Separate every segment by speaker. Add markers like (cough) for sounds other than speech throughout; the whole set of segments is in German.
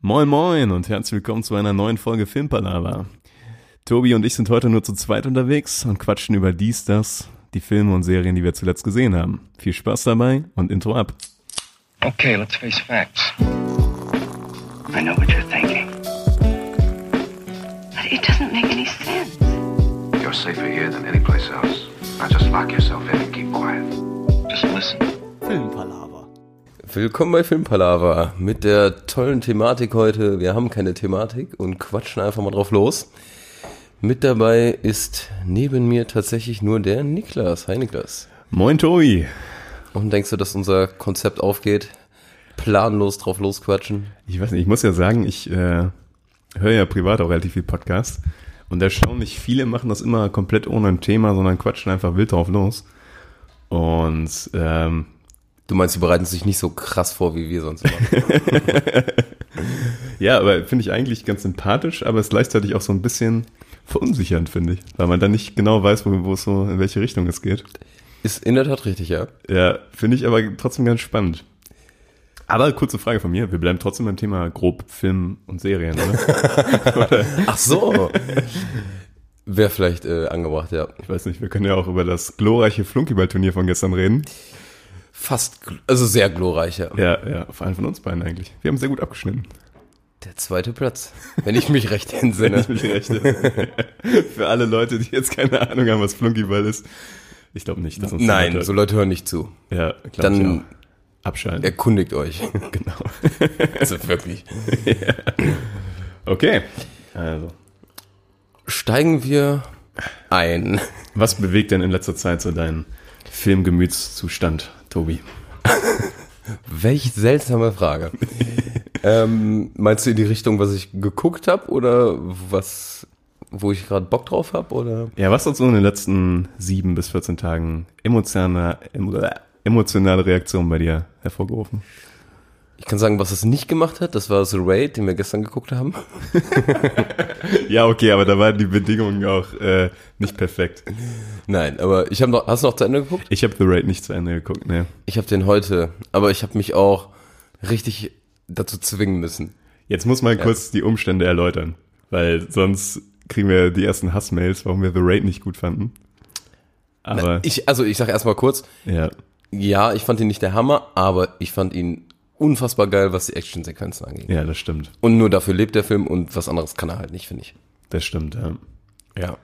Speaker 1: Moin Moin und herzlich willkommen zu einer neuen Folge Filmpalava. Tobi und ich sind heute nur zu zweit unterwegs und quatschen über dies, das, die Filme und Serien, die wir zuletzt gesehen haben. Viel Spaß dabei und Intro ab.
Speaker 2: Okay, let's face facts. I know what you're thinking.
Speaker 3: But it doesn't make any sense.
Speaker 4: You're safer here than anyplace else. Now just lock yourself in and keep quiet.
Speaker 2: Just listen.
Speaker 5: Filmpalaver.
Speaker 6: Willkommen bei Filmpalava mit der tollen Thematik heute. Wir haben keine Thematik und quatschen einfach mal drauf los. Mit dabei ist neben mir tatsächlich nur der Niklas. Hi Niklas.
Speaker 1: Moin Tobi.
Speaker 6: Und denkst du, dass unser Konzept aufgeht? Planlos drauf losquatschen?
Speaker 1: Ich weiß nicht, ich muss ja sagen, ich äh, höre ja privat auch relativ viel Podcast und erstaunlich viele machen das immer komplett ohne ein Thema, sondern quatschen einfach wild drauf los. Und ähm,
Speaker 6: Du meinst, sie bereiten sich nicht so krass vor, wie wir sonst
Speaker 1: (laughs)
Speaker 6: immer.
Speaker 1: ja, aber finde ich eigentlich ganz sympathisch, aber ist gleichzeitig auch so ein bisschen verunsichernd, finde ich, weil man dann nicht genau weiß, wo, wo es so, in welche Richtung es geht.
Speaker 6: Ist in der Tat richtig, ja.
Speaker 1: Ja, finde ich aber trotzdem ganz spannend. Aber kurze Frage von mir, wir bleiben trotzdem beim Thema grob Film und Serien, (laughs) oder?
Speaker 6: Ach so. Wäre vielleicht äh, angebracht, ja.
Speaker 1: Ich weiß nicht, wir können ja auch über das glorreiche Flunkyball-Turnier von gestern reden.
Speaker 6: Fast, gl- also sehr glorreicher.
Speaker 1: Ja, ja, vor allem von uns beiden eigentlich. Wir haben sehr gut abgeschnitten.
Speaker 6: Der zweite Platz, wenn ich mich
Speaker 1: (laughs) (laughs)
Speaker 6: recht
Speaker 1: Wenn
Speaker 6: entsinne.
Speaker 1: ich mich recht erinnere. (laughs) Für alle Leute, die jetzt keine Ahnung haben, was Flunkyball ist. Ich glaube nicht, dass uns die
Speaker 6: Nein,
Speaker 1: Leute,
Speaker 6: so Leute hören nicht zu.
Speaker 1: ja, glaub ich auch.
Speaker 6: Dann
Speaker 1: abschalten.
Speaker 6: erkundigt euch. (laughs)
Speaker 1: (laughs) genau.
Speaker 6: Also wirklich.
Speaker 1: Okay. Also,
Speaker 6: Steigen wir ein.
Speaker 1: was bewegt denn in letzter Zeit so deinen Filmgemütszustand, Tobi?
Speaker 6: Welch seltsame Frage. ähm, meinst du in die Richtung, was ich geguckt habe oder was, wo ich gerade Bock drauf habe oder?
Speaker 1: Ja, was hat so in den letzten sieben bis 14 Tagen emotionale, em- äh, emotionale Reaktionen bei dir hervorgerufen?
Speaker 6: Ich kann sagen, was es nicht gemacht hat. Das war The Raid, den wir gestern geguckt haben. (laughs)
Speaker 1: Ja, okay, aber da waren die Bedingungen auch äh, nicht perfekt.
Speaker 6: Nein, aber ich habe noch. Hast du noch zu Ende geguckt?
Speaker 1: Ich habe The Raid nicht zu Ende geguckt, ne.
Speaker 6: Ich habe den heute, aber ich habe mich auch richtig dazu zwingen müssen.
Speaker 1: Jetzt muss man kurz die Umstände erläutern, weil sonst kriegen wir die ersten Hassmails, warum wir The Raid nicht gut fanden. Aber
Speaker 6: Ich, also ich sage erstmal kurz,
Speaker 1: ja,
Speaker 6: ja, ich fand ihn nicht der Hammer, aber ich fand ihn unfassbar geil, was die Actionsequenzen angeht.
Speaker 1: ja, das stimmt.
Speaker 6: Und nur dafür lebt der Film und was anderes kann er halt nicht, finde ich.
Speaker 1: Das stimmt, ja.
Speaker 6: Ja.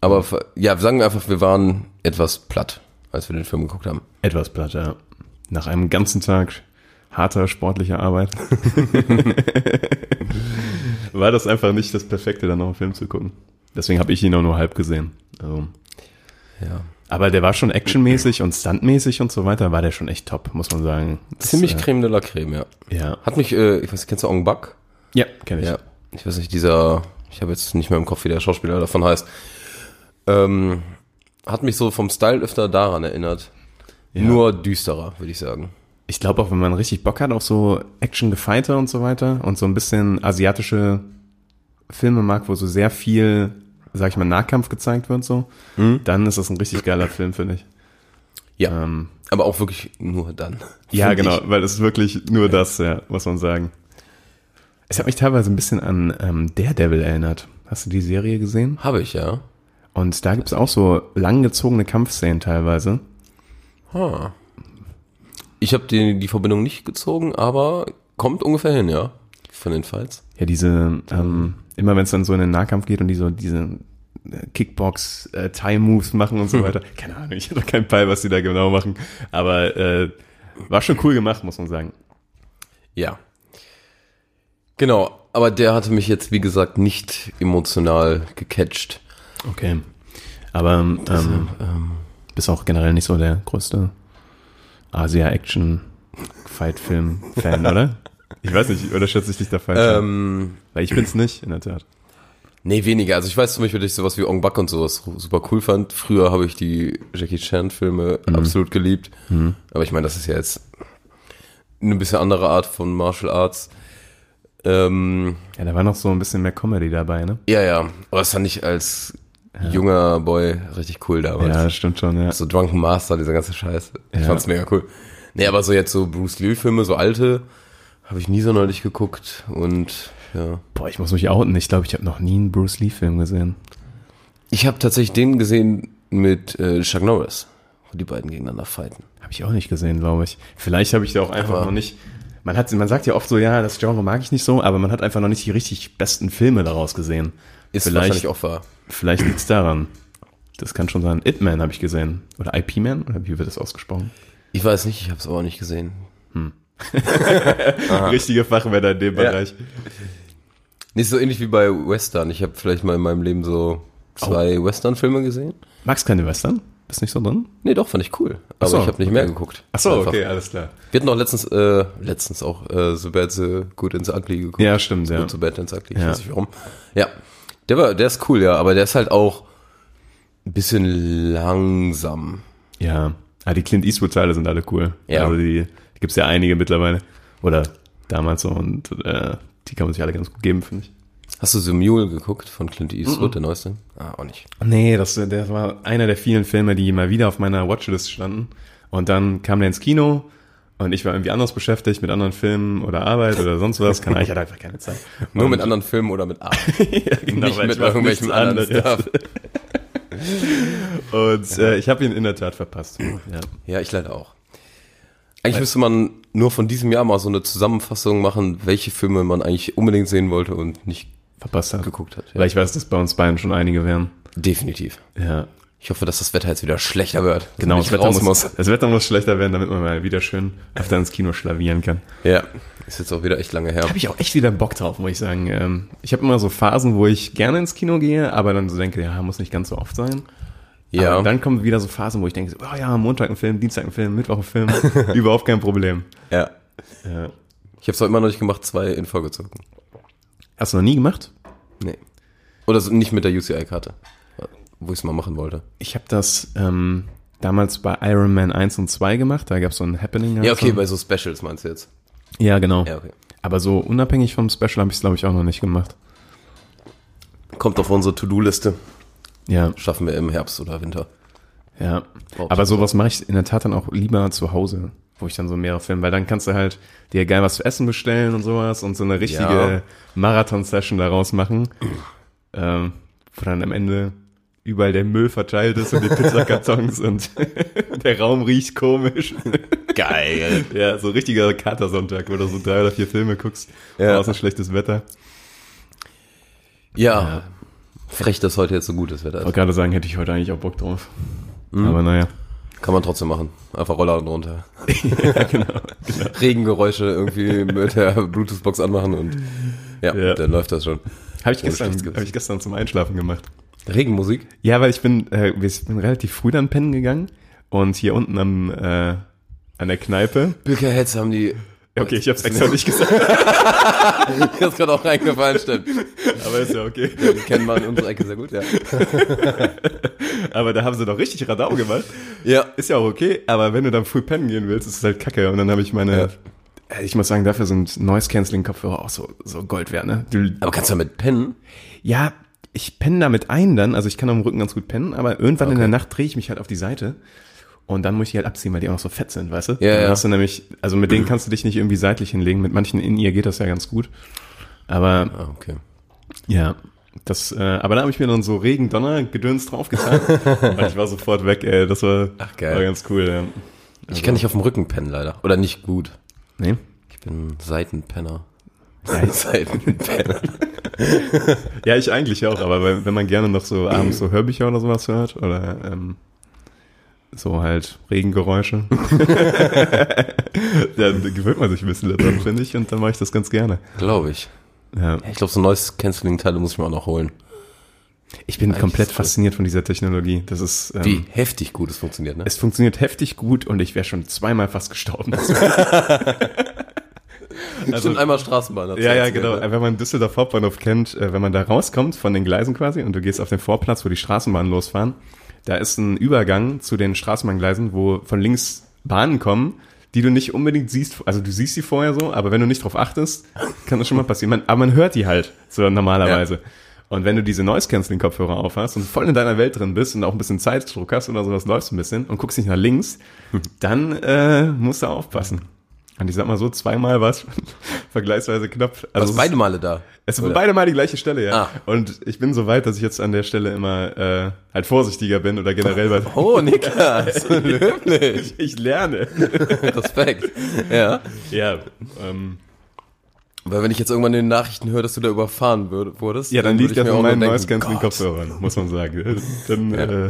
Speaker 6: Aber f- ja, sagen wir einfach, wir waren etwas platt, als wir den Film geguckt haben.
Speaker 1: Etwas platt, ja. Nach einem ganzen Tag harter sportlicher
Speaker 6: (laughs)
Speaker 1: Arbeit war das einfach nicht das Perfekte, dann noch einen Film zu gucken. Deswegen habe ich ihn auch nur halb gesehen. Also.
Speaker 6: Ja.
Speaker 1: Aber der war schon actionmäßig und stuntmäßig und so weiter, war der schon echt top, muss man sagen. Das,
Speaker 6: Ziemlich
Speaker 1: äh,
Speaker 6: Creme de la Creme, ja.
Speaker 1: Ja,
Speaker 6: Hat mich, äh, ich weiß nicht, kennst du Ong Bak?
Speaker 1: ja kenne ich.
Speaker 6: Ja. Ich weiß nicht, dieser, ich habe jetzt nicht mehr im Kopf, wie der Schauspieler davon heißt. Ähm, hat mich so vom Style öfter daran erinnert. Nur düsterer, würde ich sagen.
Speaker 1: Ich glaube auch, wenn man richtig Bock hat auf so Action-Gefeiter und so weiter und so ein bisschen asiatische Filme mag, wo so sehr viel, sag ich mal, Nahkampf gezeigt wird, so, dann ist das ein richtig geiler Film, finde ich.
Speaker 6: Mhm. Ja.
Speaker 1: Ähm,
Speaker 6: Aber auch wirklich nur dann.
Speaker 1: ja,
Speaker 6: Find
Speaker 1: genau,
Speaker 6: ich.
Speaker 1: weil es ist wirklich nur das, ja, muss man sagen. Es hat mich teilweise ein bisschen an ähm, Daredevil erinnert. Hast du die Serie gesehen?
Speaker 6: Habe ich, ja.
Speaker 1: Und da gibt's auch so langgezogene Kampfszenen teilweise.
Speaker 6: Ha. Ich habe die, die Verbindung nicht gezogen, aber kommt ungefähr hin, ja. Von den Fights.
Speaker 1: Ja, diese, ähm, immer wenn es dann so in den Nahkampf geht und die so diese äh, Kickbox, äh, Time-Moves machen und (laughs) so weiter. Keine Ahnung, ich habe keinen Peil, was die da genau machen. Aber äh, war schon cool gemacht, muss man sagen.
Speaker 6: Ja. Genau, aber der hatte mich jetzt, wie gesagt, nicht emotional gecatcht.
Speaker 1: Okay. Aber ähm,
Speaker 6: Ähm,
Speaker 1: bist auch generell nicht so der größte (laughs) Asia-Action-Fight-Film-Fan, oder? Ich weiß nicht, oder schätze ich dich da falsch? ein?
Speaker 6: ähm,
Speaker 1: Weil ich bin's nicht, in der Tat.
Speaker 6: nee, weniger. Also ich weiß zum Beispiel, dass ich sowas wie Ong Bak und sowas ru- super cool fand. Früher habe ich die Jackie Chan-Filme absolut geliebt. Aber ich meine, das ist ja jetzt eine bisschen andere Art von Martial Arts. Ähm,
Speaker 1: Ja, da war noch so ein bisschen mehr Comedy dabei, ne?
Speaker 6: ja, ja. Aber das fand ich als junger Boy richtig cool damals.
Speaker 1: Ja, das stimmt schon, ja.
Speaker 6: So Drunken Master, dieser ganze Scheiß. Ich
Speaker 1: Ja.
Speaker 6: fand's mega cool. Nee, aber so jetzt so Bruce Lee-Filme, so alte, Habe ich nie so neulich geguckt und ja.
Speaker 1: Boah, ich muss mich outen. Ich glaube, ich habe noch nie einen Bruce Lee-Film gesehen.
Speaker 6: Ich habe tatsächlich den gesehen mit äh, Chuck Norris, wo die beiden gegeneinander fighten.
Speaker 1: Habe ich auch nicht gesehen, glaube ich. Vielleicht habe ich da auch einfach
Speaker 6: Aber-
Speaker 1: noch nicht. Man, hat, man sagt ja oft so, ja, das Genre mag ich nicht so, aber man hat einfach noch nicht die richtig besten Filme daraus gesehen.
Speaker 6: Ist
Speaker 1: vielleicht
Speaker 6: wahrscheinlich auch wahr.
Speaker 1: vielleicht liegt es daran. Das kann schon sein. It Man habe ich gesehen. Oder IP Man? Oder wie wird das ausgesprochen?
Speaker 6: Ich weiß nicht, ich habe es auch nicht gesehen.
Speaker 1: Richtige Fachwörter in dem
Speaker 6: Ja.
Speaker 1: Bereich.
Speaker 6: Nicht so ähnlich wie bei Western. Ich habe vielleicht mal in meinem Leben so zwei Western-Filme gesehen.
Speaker 1: Magst keine Western? Bist nicht so drin?
Speaker 6: Nee, doch, fand ich cool. Aber
Speaker 1: so,
Speaker 6: ich habe nicht mehr geguckt. Einfach.
Speaker 1: alles klar.
Speaker 6: Wir hatten auch letztens, äh, letztens auch äh, So Bad The Good and The Ugly geguckt.
Speaker 1: Ja, stimmt, ja.
Speaker 6: Good, So Bad and The Ugly, ich
Speaker 1: Ja.
Speaker 6: weiß nicht warum. Ja, der, war, der ist cool, ja, aber der ist halt auch ein bisschen langsam.
Speaker 1: Ja. Ah, die Clint Eastwood-Teile sind alle cool.
Speaker 6: Ja.
Speaker 1: Also die gibt es ja einige mittlerweile. Oder damals so und äh, die kann man sich alle ganz gut geben, finde ich.
Speaker 6: Hast du The Mule geguckt von Clint Eastwood, der neueste? Ah, auch nicht.
Speaker 1: Nee, das, das war einer der vielen Filme, die mal wieder auf meiner Watchlist standen. Und dann kam der ins Kino und ich war irgendwie anders beschäftigt mit anderen Filmen oder Arbeit oder sonst was. Keine Ahnung, ich hatte einfach keine Zeit.
Speaker 6: Nur
Speaker 1: Und-
Speaker 6: mit anderen Filmen
Speaker 1: (laughs)
Speaker 6: oder mit Art.
Speaker 1: ja, genau,
Speaker 6: nicht
Speaker 1: weil
Speaker 6: mit
Speaker 1: ich mach
Speaker 6: irgendwelchem
Speaker 1: nichts
Speaker 6: anderen
Speaker 1: anderes.
Speaker 6: Stuff.
Speaker 1: (laughs) Und äh, ich habe ihn in der Tat verpasst. Ja.
Speaker 6: Ja, ich leider auch. Eigentlich müsste man nur von diesem Jahr mal so eine Zusammenfassung machen, welche Filme man eigentlich unbedingt sehen wollte und nicht
Speaker 1: Verpasst hat.
Speaker 6: geguckt hat.
Speaker 1: Weil ich weiß, dass bei uns beiden schon einige wären.
Speaker 6: Definitiv.
Speaker 1: Ja.
Speaker 6: Ich hoffe, dass das Wetter jetzt wieder schlechter wird. dass
Speaker 1: Genau,
Speaker 6: man nicht
Speaker 1: das Wetter,
Speaker 6: raus
Speaker 1: muss, das Wetter muss schlechter werden, damit man mal wieder schön öfter ins Kino schlavieren kann.
Speaker 6: Ja, ist jetzt auch wieder echt lange her.
Speaker 1: Habe ich auch echt wieder Bock drauf, muss ich sagen. Ähm, Ich habe immer so Phasen, wo ich gerne ins Kino gehe, aber dann so denke, ja, muss nicht ganz so oft sein.
Speaker 6: ja,
Speaker 1: Aber Ah, dann kommen wieder so Phasen, wo ich denke, so, oh ja, Montag ein Film, Dienstag ein Film, Mittwoch ein Film,
Speaker 6: (laughs)
Speaker 1: überhaupt kein Problem.
Speaker 6: ja.
Speaker 1: Ja.
Speaker 6: Ich habe es auch immer noch nicht gemacht, zwei in Folge zu gucken.
Speaker 1: Hast du noch nie gemacht?
Speaker 6: Nee. Oder so, nicht mit der UCI-Karte, wo ich es mal machen wollte.
Speaker 1: Ich habe das ähm, damals bei Iron Man 1 und 2 gemacht, da gab es so ein Happening.
Speaker 6: Ja, okay,
Speaker 1: Also.
Speaker 6: bei so Specials meinst du jetzt.
Speaker 1: Ja, genau.
Speaker 6: Ja, okay.
Speaker 1: Aber so unabhängig vom Special habe ich es, glaube ich, auch noch nicht gemacht.
Speaker 6: Kommt auf unsere To-Do-Liste.
Speaker 1: Ja,
Speaker 6: Schaffen wir im Herbst oder Winter.
Speaker 1: ja.
Speaker 6: Braucht
Speaker 1: Aber
Speaker 6: man
Speaker 1: sowas mache ich in der Tat dann auch lieber zu Hause, wo ich dann so mehrere Filme, weil dann kannst du halt dir geil was zu essen bestellen und sowas und so eine richtige
Speaker 6: Ja.
Speaker 1: Marathon-Session daraus machen, (clears throat) ähm, wo dann am Ende überall der Müll verteilt ist und die Pizzakartons und (laughs) der Raum riecht (laughs) komisch.
Speaker 6: Geil.
Speaker 1: Ja, so richtiger Katersonntag, wo du so drei oder vier Filme guckst,
Speaker 6: Ja.
Speaker 1: draußen schlechtes Wetter.
Speaker 6: Ja. Frech, dass heute jetzt so gutes Wetter
Speaker 1: Ich
Speaker 6: ist.
Speaker 1: wollte gerade sagen, hätte ich heute eigentlich auch Bock drauf. Mhm. Aber naja.
Speaker 6: Kann man trotzdem machen. Einfach Rollladen (laughs) runter. genau, Regengeräusche irgendwie mit der Bluetooth-Box anmachen und ja,
Speaker 1: Ja.
Speaker 6: dann läuft das schon.
Speaker 1: Habe ich,
Speaker 6: Ohne
Speaker 1: gestern,
Speaker 6: schlechtes Gewissen.
Speaker 1: hab ich gestern zum Einschlafen gemacht.
Speaker 6: Regenmusik?
Speaker 1: Ja, weil ich bin, äh, ich bin relativ früh dann pennen gegangen und hier unten am, äh, an der Kneipe.
Speaker 6: Bilkerheads haben die.
Speaker 1: Okay, ich hab's extra nicht gesagt,
Speaker 6: Mir ist gerade auch reingefallen, stimmt.
Speaker 1: aber ist ja okay.
Speaker 6: Kennen wir in unserer Ecke sehr gut, ja.
Speaker 1: Aber da haben sie doch richtig Radau gemacht.
Speaker 6: Ja.
Speaker 1: Ist ja auch okay, aber wenn du dann früh pennen gehen willst, ist es halt kacke. Und dann habe ich meine, Äh, ich muss sagen, dafür sind Noise-Canceling-Kopfhörer auch so, so Gold wert, ne? Du,
Speaker 6: Aber kannst du damit pennen?
Speaker 1: Ja, ich penne damit ein dann, also ich kann am Rücken ganz gut pennen, aber irgendwann in der Nacht drehe ich mich halt auf die Seite und dann muss ich die halt abziehen, weil die auch noch so fett sind, weißt du?
Speaker 6: Ja,
Speaker 1: dann
Speaker 6: ja.
Speaker 1: Hast du nämlich, also mit denen kannst du dich nicht irgendwie seitlich hinlegen, mit manchen in ihr geht das ja ganz gut. Aber
Speaker 6: Ah, okay.
Speaker 1: ja, das, äh, aber da habe ich mir dann so Regendonner-Gedöns
Speaker 6: (laughs)
Speaker 1: draufgetan und ich war sofort weg, ey, das war,
Speaker 6: Ach, geil.
Speaker 1: war ganz cool, ja.
Speaker 6: Ich
Speaker 1: Also-
Speaker 6: kann nicht auf dem Rücken pennen, leider. Oder nicht gut.
Speaker 1: Nee?
Speaker 6: Ich bin Seitenpenner.
Speaker 1: Ja, ich-
Speaker 6: (laughs) Seitenpenner.
Speaker 1: ja, ich eigentlich auch, aber wenn- wenn man gerne noch so abends so Hörbücher oder sowas hört oder ähm, so halt Regengeräusche, (laughs) dann gewöhnt man sich ein bisschen daran, finde ich, und dann mache ich das ganz gerne.
Speaker 6: Glaube ich.
Speaker 1: Ja.
Speaker 6: Ich glaube, so neues Canceling-Teile muss ich mir auch noch holen.
Speaker 1: Ich bin komplett
Speaker 6: ist cool.
Speaker 1: fasziniert von dieser Technologie. Das ist, ähm,
Speaker 6: Wie heftig gut es funktioniert, ne?
Speaker 1: es funktioniert heftig gut und ich wäre schon zweimal fast gestorben.
Speaker 6: Stimmt, einmal Straßenbahn. hat's
Speaker 1: also- Ja, ja,
Speaker 6: erzählt,
Speaker 1: genau.
Speaker 6: ne?
Speaker 1: Wenn man Düsseldorf Hauptbahnhof kennt, äh, wenn man da rauskommt von den Gleisen quasi und du gehst auf den Vorplatz, wo die Straßenbahnen losfahren, da ist ein Übergang zu den Straßenbahngleisen, wo von links Bahnen kommen, die du nicht unbedingt siehst. Also du siehst sie vorher so, aber wenn du nicht drauf achtest, kann das schon mal passieren. Man, aber man hört die halt so normalerweise. Und wenn du diese Noise-Canceling-Kopfhörer aufhast und voll in deiner Welt drin bist und auch ein bisschen Zeitdruck hast oder sowas, läufst ein bisschen und guckst nicht nach links, dann äh, musst du aufpassen. Und ich sag mal so, zweimal war es (laughs) vergleichsweise knapp.
Speaker 6: Also
Speaker 1: es-
Speaker 6: beide Male da.
Speaker 1: Es war
Speaker 6: Oder?
Speaker 1: beide mal die gleiche Stelle, ja.
Speaker 6: Ah.
Speaker 1: Und ich bin so weit, dass ich jetzt an der Stelle immer äh, halt vorsichtiger bin oder generell
Speaker 6: (laughs)
Speaker 1: bei. (laughs)
Speaker 6: Oh, Niklas, löblich.
Speaker 1: Ich lerne.
Speaker 6: Respekt. Ja.
Speaker 1: ja, ähm,
Speaker 6: Weil wenn ich jetzt irgendwann in den Nachrichten höre, dass du da überfahren würd- wurdest,
Speaker 1: ja, dann
Speaker 6: würd
Speaker 1: liegt
Speaker 6: ich
Speaker 1: das
Speaker 6: mir
Speaker 1: in
Speaker 6: auch nur
Speaker 1: meinen
Speaker 6: denken,
Speaker 1: Noise Cancelling
Speaker 6: Gott.
Speaker 1: Kopfhörern, muss man sagen. (laughs) Dann, Äh,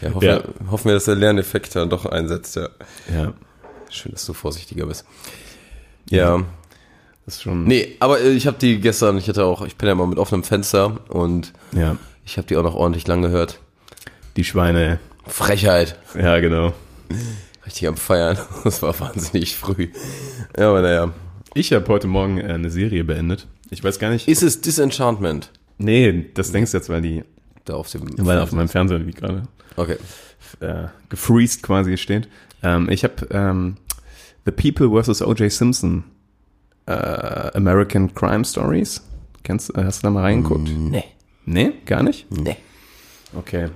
Speaker 6: Ja, hoffen, Wir, hoffen wir, dass der Lerneffekt dann doch einsetzt. Ja.
Speaker 1: ja,
Speaker 6: Schön, dass du vorsichtiger bist. Ja.
Speaker 1: das ist schon.
Speaker 6: Nee, aber äh, ich habe die gestern, ich hatte auch, ich bin ja mal mit offenem Fenster und
Speaker 1: Ja,
Speaker 6: ich habe die auch noch ordentlich lang gehört.
Speaker 1: die Schweine.
Speaker 6: Frechheit.
Speaker 1: Ja, genau.
Speaker 6: Richtig am Feiern. (laughs) Das war wahnsinnig früh. Ja, aber naja.
Speaker 1: Ich habe heute Morgen äh, eine Serie beendet. Ich weiß gar nicht.
Speaker 6: Ist es Disenchantment?
Speaker 1: nee, das denkst du jetzt, weil die,
Speaker 6: Da auf dem.
Speaker 1: weil auf meinem Fernseher irgendwie gerade
Speaker 6: Okay.
Speaker 1: äh, gefreezed quasi steht. Ähm, ich habe ähm, The People vs. O.J. Simpson äh, American Crime Stories. Kennst, äh, hast du da mal reingeguckt?
Speaker 6: Mm, Nee.
Speaker 1: Nee, gar nicht?
Speaker 6: Nee.
Speaker 1: Okay.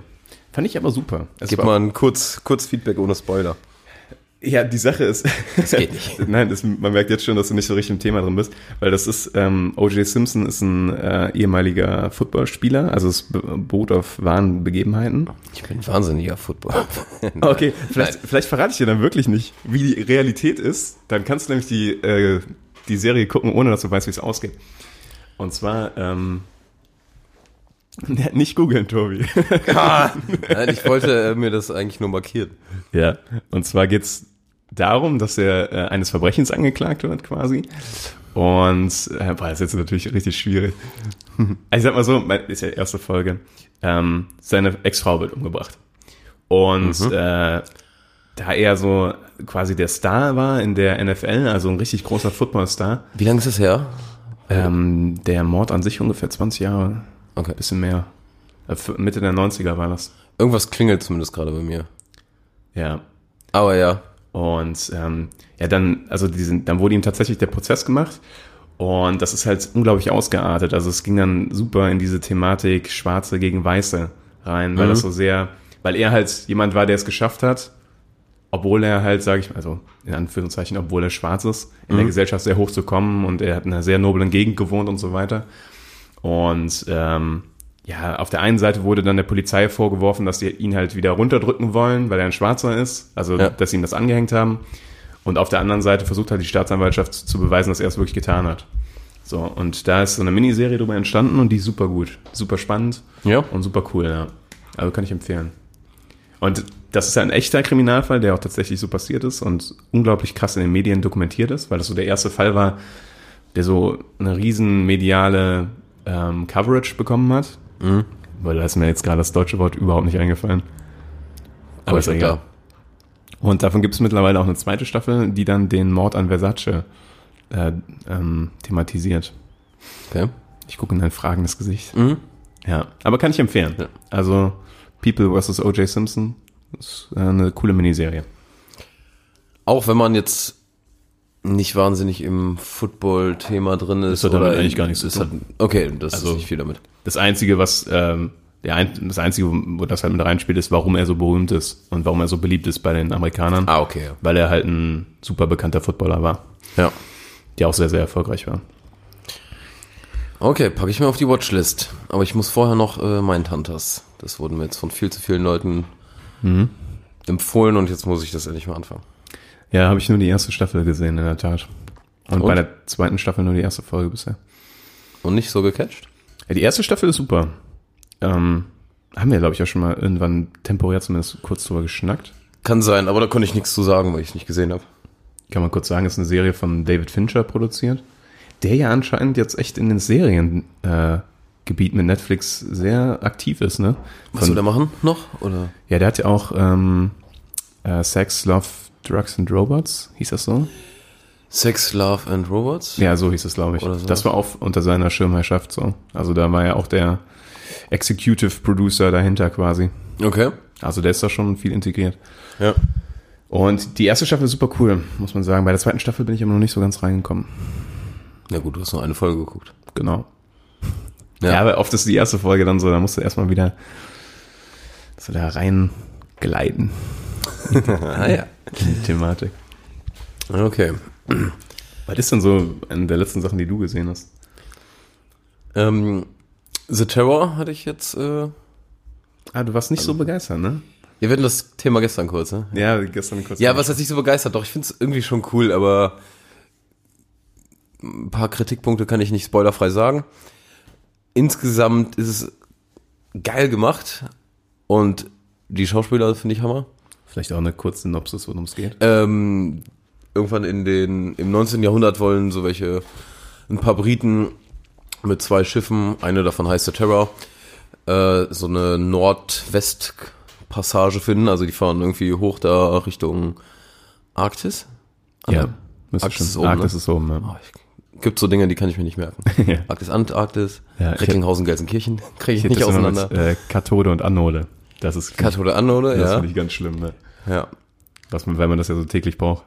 Speaker 1: Fand ich aber super. Es
Speaker 6: Gib
Speaker 1: war-
Speaker 6: mal ein kurz, kurz Feedback ohne Spoiler.
Speaker 1: Ja, die Sache ist. Das
Speaker 6: geht nicht.
Speaker 1: (laughs) Nein, das, man merkt jetzt schon, dass du nicht so richtig im Thema drin bist, weil das ist, ähm, O.J. Simpson ist ein äh, ehemaliger Footballspieler, also es be- beruht auf wahren Begebenheiten.
Speaker 6: Ich bin ein wahnsinniger Football. (laughs)
Speaker 1: Okay, vielleicht, vielleicht verrate ich dir dann wirklich nicht, wie die Realität ist. Dann kannst du nämlich die, äh, die Serie gucken, ohne dass du weißt, wie es ausgeht. Und zwar, ähm, (laughs) nicht googeln, Tobi.
Speaker 6: Nein, ich wollte äh, mir das eigentlich nur markieren.
Speaker 1: Ja, und zwar geht's darum, dass er äh, eines Verbrechens angeklagt wird quasi. Und äh, boah, das ist jetzt natürlich richtig schwierig. Also Ich sag mal so, mein- ist ja erste Folge. Ähm, seine Ex-Frau wird umgebracht. Und äh, da er so quasi der Star war in der NFL, also ein richtig großer Football-Star,
Speaker 6: Wie lange ist das her?
Speaker 1: ähm, der Mord an sich ungefähr 20 Jahre,
Speaker 6: Okay.
Speaker 1: bisschen mehr. Äh, f- Mitte der 90er war das.
Speaker 6: Irgendwas klingelt zumindest gerade bei mir.
Speaker 1: Ja,
Speaker 6: Aber ja.
Speaker 1: Und ähm, ja, dann, also diesen, dann wurde ihm tatsächlich der Prozess gemacht. Und das ist halt unglaublich ausgeartet. Also es ging dann super in diese Thematik Schwarze gegen Weiße rein, weil das so sehr, weil er halt jemand war, der es geschafft hat, obwohl er halt, sage ich mal, also in Anführungszeichen, obwohl er schwarz ist, in der Gesellschaft sehr hoch zu kommen und er hat in einer sehr noblen Gegend gewohnt und so weiter. Und ähm, ja, auf der einen Seite wurde dann der Polizei vorgeworfen, dass sie ihn halt wieder runterdrücken wollen, weil er ein Schwarzer ist, also
Speaker 6: Ja.
Speaker 1: dass sie ihm das angehängt haben. Und auf der anderen Seite versucht halt die Staatsanwaltschaft zu beweisen, dass er es wirklich getan hat. So, und da ist so eine Miniserie drüber entstanden und die ist super gut, super spannend
Speaker 6: Ja.
Speaker 1: und super cool, ja. Also kann ich empfehlen. Und das ist ein echter Kriminalfall, der auch tatsächlich so passiert ist und unglaublich krass in den Medien dokumentiert ist, weil das so der erste Fall war, der so eine riesen mediale ähm, Coverage bekommen hat. Weil da ist mir jetzt gerade das deutsche Wort überhaupt nicht eingefallen. Aber ist
Speaker 6: schon
Speaker 1: egal. Und davon gibt es mittlerweile auch eine zweite Staffel, die dann den Mord an Versace äh, ähm, thematisiert.
Speaker 6: Okay.
Speaker 1: Ich gucke in dein fragendes Gesicht. Ja, aber kann ich empfehlen. Also People vs. O.J. Simpson ist äh, eine coole Miniserie.
Speaker 6: Auch wenn man jetzt nicht wahnsinnig im Football-Thema drin ist.
Speaker 1: hat damit
Speaker 6: in-
Speaker 1: eigentlich gar nichts zu
Speaker 6: es
Speaker 1: tun.
Speaker 6: hat- Okay, das
Speaker 1: Also-
Speaker 6: ist nicht viel damit.
Speaker 1: Das Einzige, was ähm, der ein, das Einzige, wo das halt mit reinspielt, ist, warum er so berühmt ist und warum er so beliebt ist bei den Amerikanern.
Speaker 6: Ah, okay. ja.
Speaker 1: Weil er halt ein super bekannter Footballer war,
Speaker 6: Ja.
Speaker 1: der auch sehr, sehr erfolgreich war.
Speaker 6: Okay, packe ich mir auf die Watchlist. Aber ich muss vorher noch äh, Mindhunters. Das wurden mir jetzt von viel zu vielen Leuten
Speaker 1: Mhm.
Speaker 6: empfohlen und jetzt muss ich das endlich mal anfangen.
Speaker 1: Ja, habe ich nur die erste Staffel gesehen, in der Tat. Und,
Speaker 6: Und?
Speaker 1: bei der zweiten Staffel nur die erste Folge bisher.
Speaker 6: Und nicht so gecatcht?
Speaker 1: Ja, die erste Staffel ist super. Ähm, haben wir, glaube ich, auch schon mal irgendwann temporär zumindest kurz drüber geschnackt.
Speaker 6: Kann sein, aber da konnte ich nichts zu sagen, weil ich es nicht gesehen habe.
Speaker 1: Kann man kurz sagen, ist eine Serie von David Fincher produziert, der ja anscheinend jetzt echt in den Seriengebiet äh, Gebiet mit Netflix sehr aktiv ist, ne?
Speaker 6: Was soll der machen noch? Oder?
Speaker 1: Ja, der hat ja auch ähm, äh, Sex, Love, Drugs and Robots, hieß das so?
Speaker 6: Sex, Love and Robots?
Speaker 1: Ja, so hieß es, glaube ich.
Speaker 6: Oder sowas.
Speaker 1: Das war auch unter seiner Schirmherrschaft so. Also da war ja auch der Executive Producer dahinter quasi.
Speaker 6: Okay.
Speaker 1: Also der ist da schon viel integriert.
Speaker 6: Ja.
Speaker 1: Und die erste Staffel ist super cool, muss man sagen. Bei der zweiten Staffel bin ich aber noch nicht so ganz reingekommen.
Speaker 6: Na gut, du hast nur eine Folge geguckt.
Speaker 1: Genau. Ja,
Speaker 6: Ja.
Speaker 1: aber oft ist die erste Folge dann so, da musst du erstmal wieder so da rein gleiten
Speaker 6: Ah ja.
Speaker 1: (laughs) in die Thematik.
Speaker 6: Okay.
Speaker 1: Was ist denn so in der letzten Sachen, die du gesehen hast?
Speaker 6: Ähm, The Terror hatte ich jetzt. Äh, ja,
Speaker 1: Ah, du warst nicht so begeistert, ne?
Speaker 6: wir hatten das Thema gestern kurz, ne?
Speaker 1: Ja, gestern kurz.
Speaker 6: Ja, was heißt nicht so begeistert? Doch, ich finde es irgendwie schon cool, aber ein paar Kritikpunkte kann ich nicht spoilerfrei sagen. Insgesamt ist es geil gemacht und die Schauspieler finde ich Hammer.
Speaker 1: Vielleicht auch eine kurze Synopsis, worum es geht.
Speaker 6: Ähm, irgendwann in den, im 19. Jahrhundert wollen so welche, ein paar Briten mit zwei Schiffen, eine davon heißt der Terror, äh, so eine Nordwest-Passage finden. Also die fahren irgendwie hoch da Richtung Arktis.
Speaker 1: ja. Müsste
Speaker 6: Arktis ist
Speaker 1: schon.
Speaker 6: oben,
Speaker 1: Arktis
Speaker 6: ne?
Speaker 1: ist oben, ne?
Speaker 6: Oh, ich, gibt so Dinge, die kann ich mir nicht merken.
Speaker 1: (laughs) Ja.
Speaker 6: Arktis, Antarktis,
Speaker 1: Ja, ich
Speaker 6: Recklinghausen, Gelsenkirchen, kriege ich,
Speaker 1: Ich
Speaker 6: nicht
Speaker 1: das immer
Speaker 6: auseinander.
Speaker 1: Mit, äh, Kathode und Anode. Das ist
Speaker 6: Kathode, Anode,
Speaker 1: Das
Speaker 6: ja.
Speaker 1: finde ich ganz schlimm, ne?
Speaker 6: ja.
Speaker 1: Was man, weil man das ja so täglich braucht.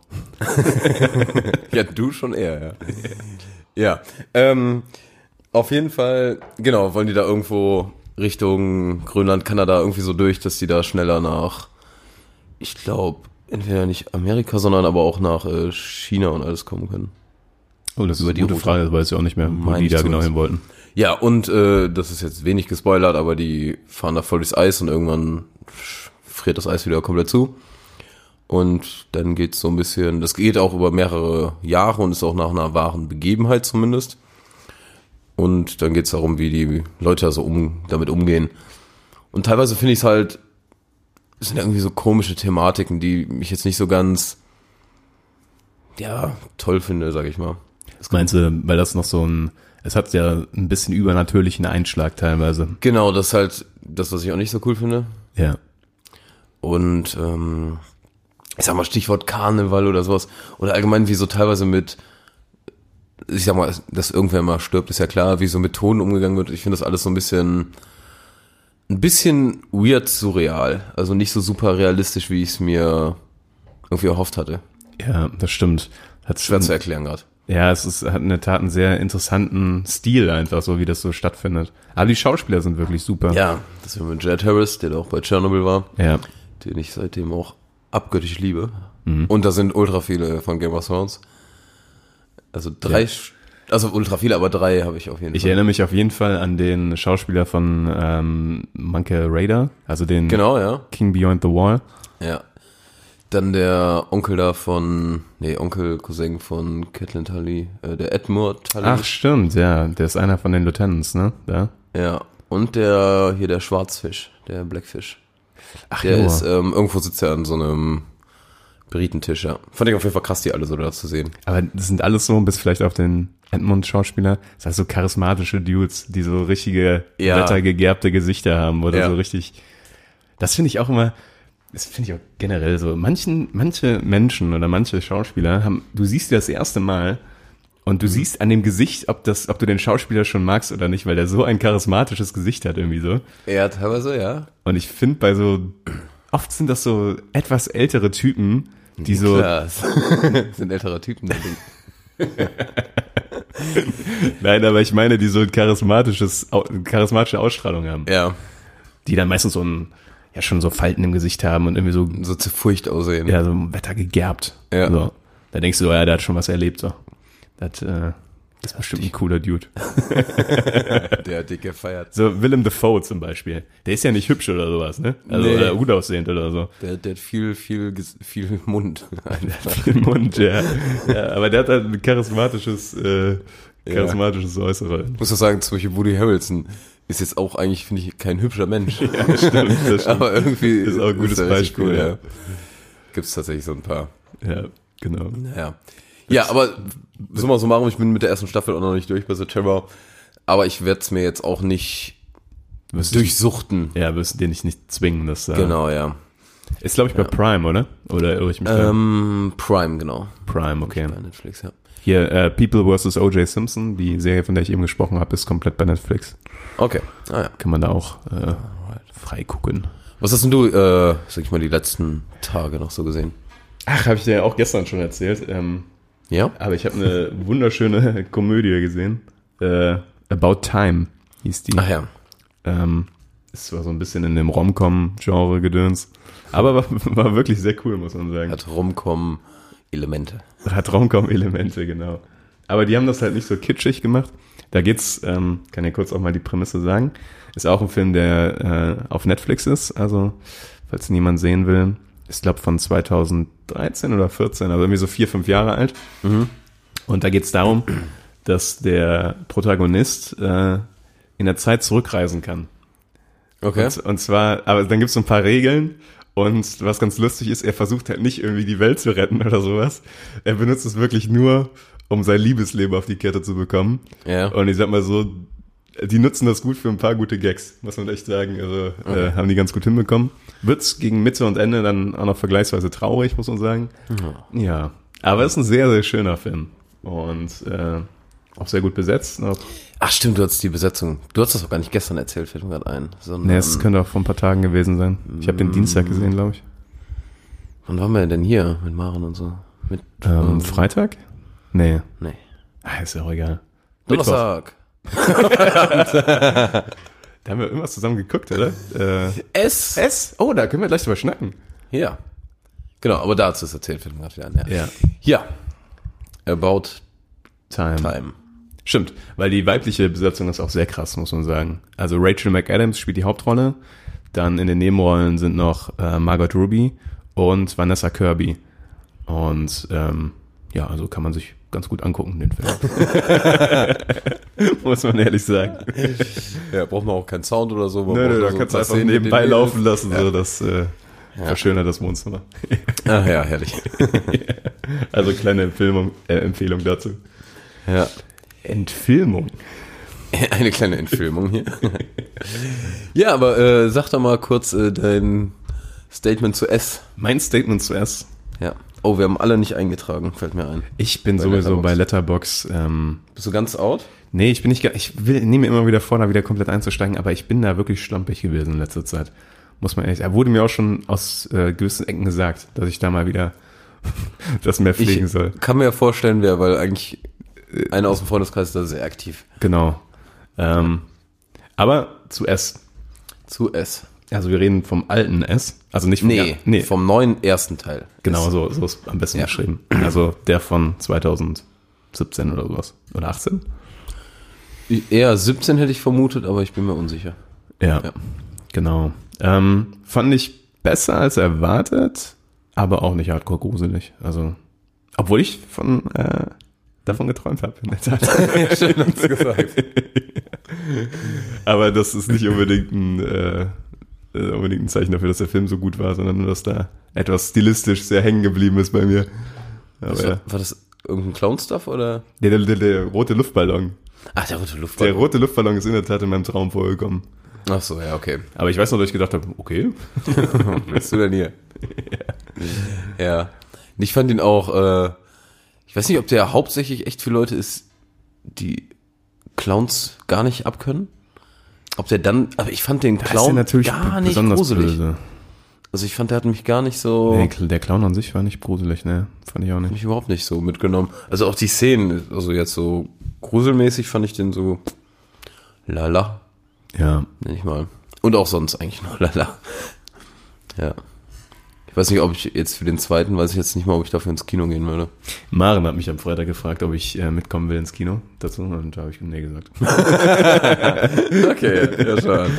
Speaker 6: Ja, du schon eher, ja. ja. Ähm, auf jeden Fall, genau, wollen die da irgendwo Richtung Grönland, Kanada irgendwie so durch, dass die da schneller nach, ich glaube, entweder nicht Amerika, sondern aber auch nach äh, China und alles kommen können.
Speaker 1: Oh, das ist eine
Speaker 6: die
Speaker 1: gute
Speaker 6: Route.
Speaker 1: Frage, weil es ja auch nicht mehr, wo
Speaker 6: Meine
Speaker 1: die
Speaker 6: ich
Speaker 1: da genau
Speaker 6: zumindest.
Speaker 1: hin wollten.
Speaker 6: Ja, und äh, das ist jetzt wenig gespoilert, aber die fahren da voll durchs Eis und irgendwann sch- friert das Eis wieder komplett zu. Und dann geht's so ein bisschen, das geht auch über mehrere Jahre und ist auch nach einer wahren Begebenheit zumindest. Und dann geht's darum, wie die Leute da so um, damit umgehen. Und teilweise finde ich es halt, es sind irgendwie so komische Thematiken, die mich jetzt nicht so ganz, ja, toll finde, sag ich mal.
Speaker 1: Das meinst du, weil das noch so ein, es hat ja ein bisschen übernatürlichen Einschlag teilweise.
Speaker 6: Genau, das ist halt das, was ich auch nicht so cool finde.
Speaker 1: Ja.
Speaker 6: Und ähm, ich sag mal, Stichwort Karneval oder sowas. Oder allgemein, wie so teilweise mit, ich sag mal, dass irgendwer mal stirbt, ist ja klar, wie so mit Tonen umgegangen wird. Ich finde das alles so ein bisschen, ein bisschen weird surreal. Also nicht so super realistisch, wie ich es mir irgendwie erhofft hatte.
Speaker 1: Ja, das stimmt. Hat
Speaker 6: Schwer zu erklären gerade.
Speaker 1: Ja, es ist, hat in der Tat einen sehr interessanten Stil einfach, so wie das so stattfindet. Aber die Schauspieler sind wirklich super.
Speaker 6: Ja, das war mit Jet Harris, der da auch bei Tschernobyl war,
Speaker 1: Ja.
Speaker 6: den ich seitdem auch abgöttisch liebe.
Speaker 1: Mhm.
Speaker 6: Und da sind ultra viele von Game of Thrones. Also drei, Sch- also ultra viele, aber drei habe ich auf jeden
Speaker 1: Ich
Speaker 6: Fall.
Speaker 1: erinnere mich auf jeden Fall an den Schauspieler von ähm, Monkey Raider, also den
Speaker 6: Genau, ja.
Speaker 1: King Beyond the Wall.
Speaker 6: Ja. Dann der Onkel da von, nee, Onkel, Cousin von Catelyn Tully, äh, der Edmund Tully.
Speaker 1: Ach, stimmt, ja. Der ist einer von den Lieutenants, ne? Da.
Speaker 6: Ja. Und der, hier der Schwarzfisch, der Blackfish.
Speaker 1: Ach,
Speaker 6: Der
Speaker 1: Joa.
Speaker 6: ist, ähm, irgendwo sitzt er an so einem Britentisch, ja. Fand ich auf jeden Fall krass, die alle so da zu sehen.
Speaker 1: Aber das sind alles so, bis vielleicht auf den Edmund-Schauspieler, das sind alles so charismatische Dudes, die so richtige,
Speaker 6: Ja.
Speaker 1: wettergegerbte Gesichter haben oder
Speaker 6: Ja.
Speaker 1: so richtig. Das finde ich auch immer, das finde ich auch generell so. Manchen, manche Menschen oder manche Schauspieler haben, du siehst die das erste Mal
Speaker 6: Mhm.
Speaker 1: und du siehst an dem Gesicht, ob das, ob du den Schauspieler schon magst oder nicht, weil der so ein charismatisches Gesicht hat irgendwie so.
Speaker 6: Ja, teilweise, ja.
Speaker 1: Und ich finde bei so, oft sind das so etwas ältere Typen, die so,
Speaker 6: Krass. (laughs) Das sind ältere Typen. die-
Speaker 1: Nein, aber ich meine, die so ein charismatisches, au- charismatische Ausstrahlung haben.
Speaker 6: Ja,
Speaker 1: Die dann meistens so ein, ja schon so Falten im Gesicht haben und irgendwie so,
Speaker 6: so zu Furcht aussehen.
Speaker 1: ja, so wettergegerbt.
Speaker 6: Ja.
Speaker 1: So. Da denkst du, oh ja, der hat schon was erlebt, so. Das, äh, das ist bestimmt ein cooler Dude.
Speaker 6: Der hat dick gefeiert.
Speaker 1: So Willem Dafoe zum Beispiel. Der ist ja nicht hübsch oder sowas, ne? Also,
Speaker 6: Nee.
Speaker 1: oder gut aussehend oder so. (laughs)
Speaker 6: Der, der hat viel, viel, ges- viel Mund. (laughs) Einfach.
Speaker 1: Im Mund, ja. ja. Aber der hat halt ein charismatisches, äh, charismatisches Äußere.
Speaker 6: Ich muss doch sagen, zum Beispiel Woody Harrelson ist jetzt auch eigentlich, finde ich, kein
Speaker 1: (laughs)
Speaker 6: hübscher Mensch.
Speaker 1: Das stimmt,
Speaker 6: (laughs)
Speaker 1: das stimmt.
Speaker 6: Aber irgendwie
Speaker 1: (laughs) Ist auch ein gutes
Speaker 6: er richtig
Speaker 1: Beispiel, ja.
Speaker 6: Gibt es tatsächlich so ein paar.
Speaker 1: Ja, genau.
Speaker 6: Ja. Ja, aber summa summarum, ich bin mit der ersten Staffel auch noch nicht durch bei The Terror. Aber ich werde es mir jetzt auch nicht
Speaker 1: Wirst du-
Speaker 6: durchsuchten.
Speaker 1: Ja, wirst du den nicht, nicht zwingen, das äh, da.
Speaker 6: Genau, ja.
Speaker 1: Ist, glaube ich, bei Prime, oder? Oder irre ich mich da?
Speaker 6: Ähm, Prime, genau.
Speaker 1: Prime, okay.
Speaker 6: Bei Netflix, ja.
Speaker 1: Hier, äh, People vs. O.J. Simpson, die Serie, von der ich eben gesprochen habe, ist komplett bei Netflix.
Speaker 6: Okay. Ah, ja.
Speaker 1: Kann man da auch äh, frei gucken.
Speaker 6: Was hast denn du, äh, sag ich mal, die letzten Tage noch so gesehen?
Speaker 1: Ach, habe ich dir ja auch gestern schon erzählt. Ähm,
Speaker 6: Ja?
Speaker 1: aber ich habe (laughs) eine wunderschöne Komödie gesehen. Äh, About Time hieß die.
Speaker 6: Ach ja.
Speaker 1: Ähm, ist zwar so ein bisschen in dem (laughs) Rom-Com-Genre gedöns, aber war, war wirklich sehr cool, muss man sagen.
Speaker 6: Hat rumkommen, Elemente.
Speaker 1: Traumkom-Elemente, genau. Aber die haben das halt nicht so kitschig gemacht. Da geht's, ähm, kann ja kurz auch mal die Prämisse sagen. Ist auch ein Film, der äh, auf Netflix ist. Also, falls niemand sehen will, ist glaube von 2013 oder 14, also irgendwie so vier, fünf Jahre alt. Und da geht's darum, dass der Protagonist äh, in der Zeit zurückreisen kann.
Speaker 6: Okay.
Speaker 1: Und, und zwar, aber dann gibt es so ein paar Regeln. Und was ganz lustig ist, er versucht halt nicht irgendwie die Welt zu retten oder sowas. Er benutzt es wirklich nur, um sein Liebesleben auf die Kette zu bekommen.
Speaker 6: Ja.
Speaker 1: Und ich sag mal so, die nutzen das gut für ein paar gute Gags, muss man echt sagen. Also äh, haben die ganz gut hinbekommen. Wird's gegen Mitte und Ende dann auch noch vergleichsweise traurig, muss man sagen. Ja. Aber es ist ein sehr, sehr schöner Film. Und äh, auch sehr gut besetzt. Auch,
Speaker 6: Ach stimmt, du hattest die Besetzung. Du hast das auch gar nicht gestern erzählt, fällt mir gerade ein. Sondern,
Speaker 1: ne, es könnte auch vor ein paar Tagen gewesen sein. Ich habe den Dienstag gesehen, glaube ich.
Speaker 6: wann waren wir denn hier mit Maren und so? Mit,
Speaker 1: Ähm, Freitag? Nee.
Speaker 6: nee.
Speaker 1: Ah, ist ja auch egal. Mittwoch.
Speaker 6: Donnerstag.
Speaker 1: Da haben wir irgendwas zusammen geguckt, oder? (laughs) Äh,
Speaker 6: S.
Speaker 1: S? Oh, da können wir gleich drüber schnacken.
Speaker 6: Ja. Genau, aber dazu ist erzählt, fällt mir gerade wieder ein. Ja.
Speaker 1: Ja.
Speaker 6: ja. About
Speaker 1: Time.
Speaker 6: Time.
Speaker 1: Stimmt, weil die weibliche Besetzung ist auch sehr krass, muss man sagen. Also Rachel McAdams spielt die Hauptrolle. Dann in den Nebenrollen sind noch äh, Margot Ruby und Vanessa Kirby. Und ähm, ja, also kann man sich ganz gut angucken, den (laughs) Film. muss man ehrlich sagen.
Speaker 6: Ja, braucht man auch keinen Sound oder so. man
Speaker 1: Nö,
Speaker 6: braucht
Speaker 1: nö,
Speaker 6: nur
Speaker 1: da
Speaker 6: so
Speaker 1: kannst du einfach
Speaker 6: ein paar Szenen,
Speaker 1: nebenbei
Speaker 6: die-
Speaker 1: laufen lassen, so das äh, verschönert das Wohnzimmer.
Speaker 6: Ah ja, herrlich.
Speaker 1: (laughs) Also kleine Empfehlung, äh, Empfehlung dazu.
Speaker 6: ja.
Speaker 1: Entfilmung.
Speaker 6: (laughs) Eine kleine Entfilmung hier. (laughs) ja, aber äh, sag doch mal kurz äh, dein Statement zu S.
Speaker 1: Mein Statement zuerst.
Speaker 6: Ja. Oh, wir haben alle nicht eingetragen, fällt mir ein.
Speaker 1: Ich bin sowieso bei Letterbox. Ähm,
Speaker 6: Bist du ganz out?
Speaker 1: nee, ich bin nicht. ge- Ich will, nehme mir immer wieder vor, da wieder komplett einzusteigen, aber ich bin da wirklich schlampig gewesen in letzter Zeit. Muss man ehrlich sagen. Wurde mir auch schon aus äh, gewissen Ecken gesagt, dass ich da mal wieder (laughs) das mehr
Speaker 6: Ich
Speaker 1: pflegen soll.
Speaker 6: kann mir ja vorstellen, wer, weil eigentlich einer aus dem Freundeskreis ist da sehr aktiv.
Speaker 1: Genau. Ähm, aber zu S.
Speaker 6: Zu S.
Speaker 1: Also wir reden vom alten S. Also nicht vom,
Speaker 6: Nee,
Speaker 1: ja, nee.
Speaker 6: vom neuen ersten Teil.
Speaker 1: Genau, so, so ist am besten
Speaker 6: Ja.
Speaker 1: geschrieben. Also der von 2017 oder sowas. Oder 18?
Speaker 6: Ich- Eher 17 hätte ich vermutet, aber ich bin mir (laughs) unsicher.
Speaker 1: Ja,
Speaker 6: Ja.
Speaker 1: genau. Ähm, fand ich besser als erwartet, aber auch nicht hardcore gruselig. Also, obwohl ich von äh, davon geträumt habe in der Tat.
Speaker 6: Schön hast du (laughs) gesagt.
Speaker 1: (laughs) aber das ist nicht unbedingt ein, äh, äh, unbedingt ein Zeichen dafür, dass der Film so gut war, sondern nur, dass da etwas stilistisch sehr hängen geblieben ist bei mir. Aber
Speaker 6: War,
Speaker 1: ja.
Speaker 6: war das irgendein Clown-Stuff oder?
Speaker 1: der, der, der, der rote Luftballon.
Speaker 6: Ach, der rote Luftball.
Speaker 1: Der rote Luftballon ist in der Tat in meinem Traum vorgekommen.
Speaker 6: Ach so, ja, okay.
Speaker 1: Aber ich weiß noch, dass ich gedacht habe, okay.
Speaker 6: Bist du
Speaker 1: (laughs)
Speaker 6: denn hier? ja. ja. Und Ich fand ihn auch, äh, ich weiß nicht, ob der hauptsächlich echt für Leute ist, die Clowns gar nicht abkönnen. Ob der dann, aber ich fand den Clown gar nicht gruselig. Oh.
Speaker 1: böse.
Speaker 6: Also ich fand, der hat mich gar nicht so,
Speaker 1: Nee, der Clown an sich war nicht gruselig, ne? Fand ich auch nicht.
Speaker 6: mich überhaupt nicht so mitgenommen. Also auch die Szenen, also jetzt so gruselmäßig fand ich den so lala,
Speaker 1: Ja.
Speaker 6: nenn ich mal. Und auch sonst eigentlich nur (laughs) lala. Ja. Ich weiß nicht, ob ich jetzt für den zweiten, weiß ich jetzt nicht mal, ob ich dafür ins Kino gehen würde.
Speaker 1: Maren hat mich am Freitag gefragt, ob ich äh, mitkommen will ins Kino dazu und da habe ich nee
Speaker 6: (laughs)
Speaker 1: gesagt.
Speaker 6: (laughs) Okay, ja, schade.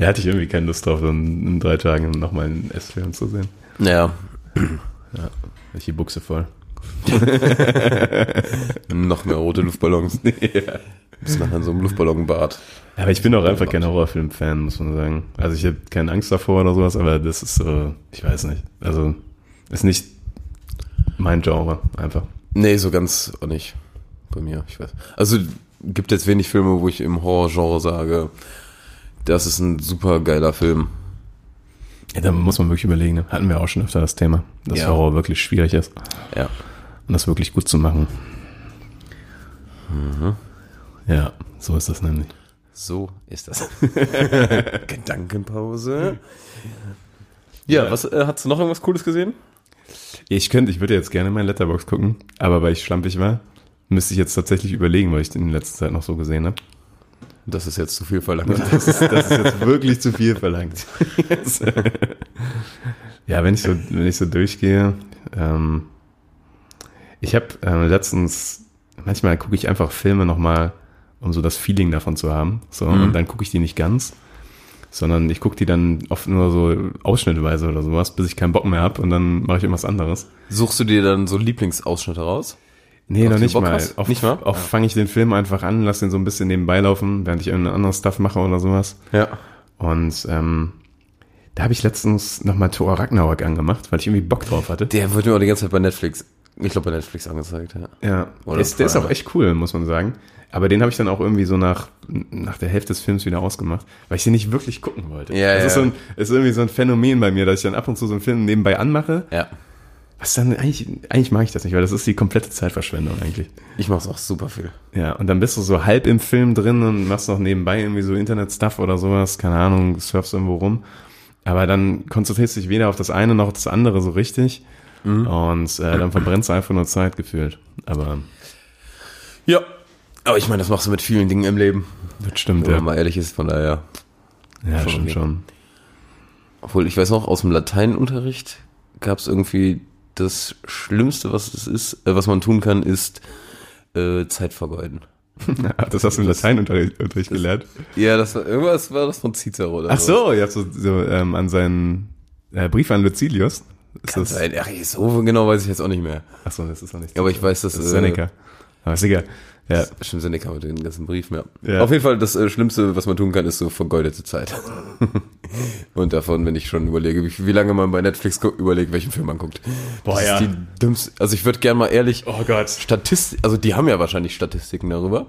Speaker 1: Ja, hatte ich irgendwie keine Lust drauf, dann in drei Tagen nochmal einen S-Film zu sehen.
Speaker 6: Ja,
Speaker 1: Hab Ich die Buchse
Speaker 6: (laughs)
Speaker 1: voll.
Speaker 6: noch mehr rote (laughs) Luftballons. Bis nachher in so einem Luftballonbad.
Speaker 1: Aber ich bin auch einfach kein Horrorfilm-Fan, muss man sagen. Also ich habe keine Angst davor oder sowas, aber das ist so, ich weiß nicht. Also ist nicht mein Genre, einfach.
Speaker 6: Nee, so ganz auch nicht. Bei mir, ich weiß. Also gibt jetzt wenig Filme, wo ich im Horrorgenre sage, das ist ein super geiler Film.
Speaker 1: Ja, da muss man wirklich überlegen. Ne? Hatten wir auch schon öfter das Thema, dass
Speaker 6: Ja.
Speaker 1: Horror wirklich schwierig ist
Speaker 6: Ja.
Speaker 1: und das wirklich gut zu machen. Mhm. Ja, so ist das nämlich.
Speaker 6: So ist das. (laughs) Gedankenpause. Ja, was äh, hast du noch irgendwas Cooles gesehen?
Speaker 1: Ich könnte, ich würde jetzt gerne in meine Letterbox gucken, aber weil ich schlampig war, müsste ich jetzt tatsächlich überlegen, weil ich in letzter Zeit noch so gesehen habe.
Speaker 6: Das ist jetzt zu viel verlangt.
Speaker 1: Das ist, das ist jetzt wirklich zu viel verlangt. Ja, wenn ich so, wenn ich so durchgehe, ähm, ich habe äh, letztens, manchmal gucke ich einfach Filme nochmal, um so das Feeling davon zu haben. So,
Speaker 6: Mhm.
Speaker 1: und dann gucke ich die nicht ganz, sondern ich gucke die dann oft nur so ausschnittweise oder sowas, bis ich keinen Bock mehr hab und dann mache ich irgendwas anderes.
Speaker 6: Suchst du dir dann so Lieblingsausschnitte raus?
Speaker 1: Nee,
Speaker 6: Auf
Speaker 1: noch
Speaker 6: die
Speaker 1: nicht
Speaker 6: Bock
Speaker 1: mal.
Speaker 6: hast?
Speaker 1: Oft,
Speaker 6: Nicht mal?
Speaker 1: Oft fange ich den Film einfach an, lass den so ein bisschen nebenbei laufen, während ich irgendein anderes Stuff mache oder sowas.
Speaker 6: Ja.
Speaker 1: Und ähm, da habe ich letztens nochmal Thor Ragnarok angemacht, weil ich irgendwie Bock drauf hatte.
Speaker 6: Der wird mir auch die ganze Zeit bei Netflix, ich glaube bei Netflix angezeigt, ja.
Speaker 1: Ja,
Speaker 6: Oder
Speaker 1: der ist, der ist auch
Speaker 6: Prime.
Speaker 1: echt cool, muss man sagen. Aber den habe ich dann auch irgendwie so nach, nach der Hälfte des Films wieder ausgemacht, weil ich den nicht wirklich gucken wollte.
Speaker 6: Ja,
Speaker 1: das
Speaker 6: ja.
Speaker 1: Ist, so ein, ist irgendwie so ein Phänomen bei mir, dass ich dann ab und zu so einen Film nebenbei anmache.
Speaker 6: Ja.
Speaker 1: Was dann eigentlich, eigentlich mag ich das nicht, weil das ist die komplette Zeitverschwendung eigentlich.
Speaker 6: Ich mach's auch super viel.
Speaker 1: Ja, und dann bist du so halb im Film drin und machst noch nebenbei irgendwie so Internet-Stuff oder sowas, keine Ahnung, surfst irgendwo rum. Aber dann konzentrierst du dich weder auf das eine noch auf das andere so richtig. Und äh, dann verbrennst du einfach nur Zeit gefühlt. Aber
Speaker 6: Ja. Aber ich meine, das machst du mit vielen Dingen im Leben.
Speaker 1: das stimmt,
Speaker 6: Wenn
Speaker 1: ja.
Speaker 6: man mal ehrlich ist, von daher.
Speaker 1: Ja,
Speaker 6: Schon
Speaker 1: stimmt
Speaker 6: okay.
Speaker 1: schon.
Speaker 6: Obwohl, ich weiß noch, aus dem Lateinunterricht gab es irgendwie das Schlimmste, was es ist, äh, was man tun kann, ist äh, Zeit vergeuden.
Speaker 1: (laughs) das hast du im Lateinunterricht gelernt.
Speaker 6: Ja, das war irgendwas war das von Cicero oder
Speaker 1: Ach so, ja, so, so ähm, an seinen äh, Brief an Lucilius. Ist
Speaker 6: Kann sein. Ach, so genau weiß ich jetzt auch nicht mehr.
Speaker 1: Ach so, das ist noch nicht.
Speaker 6: Aber ich weiß, dass
Speaker 1: das ist Seneca. Aber ist egal. Ja,
Speaker 6: Äh, stimmt, Seneca mit den ganzen Briefen, ja.
Speaker 1: Ja.
Speaker 6: Auf jeden Fall, das äh, Schlimmste, was man tun kann, ist so vergeudete
Speaker 1: (laughs)
Speaker 6: Zeit. Und davon, wenn ich schon überlege, wie, wie lange man bei Netflix gu- überlegt, welchen Film man guckt.
Speaker 1: Boah,
Speaker 6: das
Speaker 1: ja.
Speaker 6: ist die dümmste. Also ich würde gerne mal ehrlich,
Speaker 1: Oh Gott.
Speaker 6: Statistik, also die haben ja wahrscheinlich Statistiken darüber,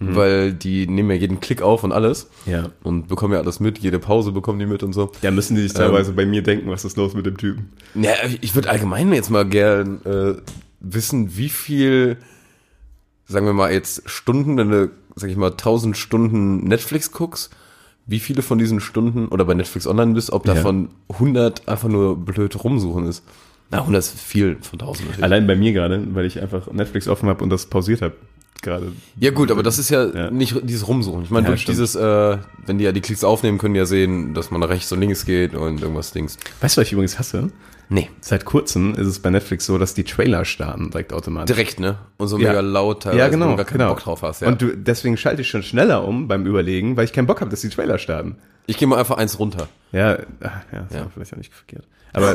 Speaker 6: weil die nehmen ja jeden Klick auf und alles.
Speaker 1: Mhm. Ja.
Speaker 6: Und bekommen ja alles mit, jede Pause bekommen die mit und so.
Speaker 1: Da müssen die sich teilweise bei mir denken, was ist los mit dem Typen.
Speaker 6: Ja, ich würde allgemein jetzt mal gern äh, wissen, wie viel, sagen wir mal jetzt Stunden, wenn du, sag ich mal, 1000 Stunden Netflix guckst, wie viele von diesen Stunden oder bei Netflix online bist, ob
Speaker 1: Ja.
Speaker 6: davon 100 einfach nur blöd rumsuchen ist. Na, 100 ist viel von 1000 natürlich.
Speaker 1: Allein bei mir gerade, weil ich einfach Netflix offen habe und das pausiert habe. Gerade.
Speaker 6: Ja gut, aber das ist ja,
Speaker 1: Ja.
Speaker 6: nicht dieses Rumsuchen. Ich meine,
Speaker 1: Ja,
Speaker 6: durch
Speaker 1: stimmt.
Speaker 6: dieses, äh, wenn die ja die Klicks aufnehmen, können die ja sehen, dass man nach rechts und links geht und irgendwas Dings.
Speaker 1: Weißt du, was ich übrigens hasse?
Speaker 6: Nee.
Speaker 1: Seit kurzem ist es bei Netflix so, dass die Trailer starten direkt automatisch.
Speaker 6: Direkt, ne? Und so
Speaker 1: Ja.
Speaker 6: mega laut teilweise,
Speaker 1: Ja,
Speaker 6: wenn
Speaker 1: genau.
Speaker 6: du gar keinen
Speaker 1: genau.
Speaker 6: Bock drauf hast. Ja.
Speaker 1: Und du, deswegen schalte ich schon schneller um beim Überlegen, weil ich keinen Bock habe, dass die Trailer starten.
Speaker 6: ich gehe mal einfach eins runter.
Speaker 1: Ja, ach, ja, das
Speaker 6: Ja.
Speaker 1: war vielleicht auch nicht verkehrt.
Speaker 6: (laughs)
Speaker 1: Aber,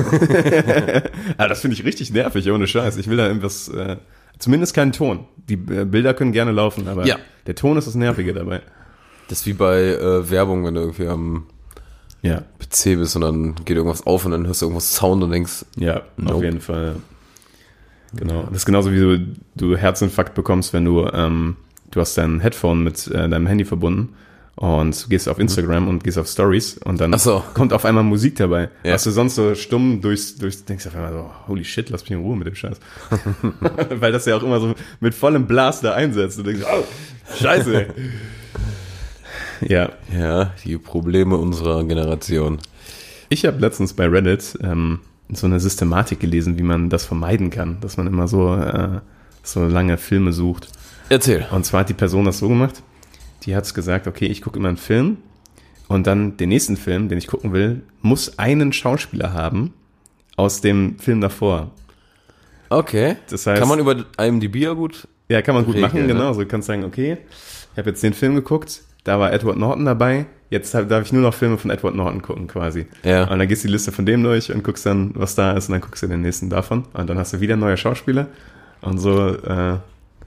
Speaker 1: aber das finde ich richtig nervig, ohne Scheiß. Ich will da irgendwas, äh, zumindest keinen Ton. Die äh, Bilder können gerne laufen, aber
Speaker 6: Ja.
Speaker 1: der Ton ist das Nervige dabei.
Speaker 6: Das ist wie bei äh, Werbung, wenn du irgendwie am
Speaker 1: Ja,
Speaker 6: PC bist und dann geht irgendwas auf und dann hörst du irgendwas Sound und denkst,
Speaker 1: ja, auf
Speaker 6: Nope.
Speaker 1: jeden Fall. Genau. Das ist genauso wie du, du Herzinfarkt bekommst, wenn du, ähm, du hast dein Headphone mit äh, deinem Handy verbunden und gehst auf Instagram und gehst auf Stories und dann
Speaker 6: Mhm. Ach so.
Speaker 1: kommt auf einmal Musik dabei.
Speaker 6: Ja.
Speaker 1: Hast du sonst so stumm durchs, durchs denkst auf einmal so, holy shit, lass mich in Ruhe mit dem
Speaker 6: (laughs)
Speaker 1: Scheiß. (laughs) Weil das ja auch immer so mit vollem Blast da einsetzt. Du denkst, oh,
Speaker 6: (laughs)
Speaker 1: scheiße. ja,
Speaker 6: ja, die Probleme unserer Generation.
Speaker 1: Ich habe letztens bei Reddit ähm, so eine Systematik gelesen, wie man das vermeiden kann, dass man immer so, äh, so lange Filme sucht.
Speaker 6: Erzähl.
Speaker 1: Und zwar hat die Person das so gemacht, die hat gesagt, okay, ich gucke immer einen Film und dann den nächsten Film, den ich gucken will, muss einen Schauspieler haben aus dem Film davor.
Speaker 6: Okay.
Speaker 1: Das heißt-
Speaker 6: Kann man über IMDb ja gut?
Speaker 1: Ja, kann man gut
Speaker 6: Regel,
Speaker 1: machen,
Speaker 6: ne?
Speaker 1: genau. So du kannst sagen, okay, ich habe jetzt den Film geguckt, da war Edward Norton dabei, jetzt hab, darf ich nur noch Filme von Edward Norton gucken quasi.
Speaker 6: Ja.
Speaker 1: Und dann gehst du die Liste von dem durch und guckst dann, was da ist, und dann guckst du den nächsten davon. Und dann hast du wieder neue Schauspieler. Und so, äh,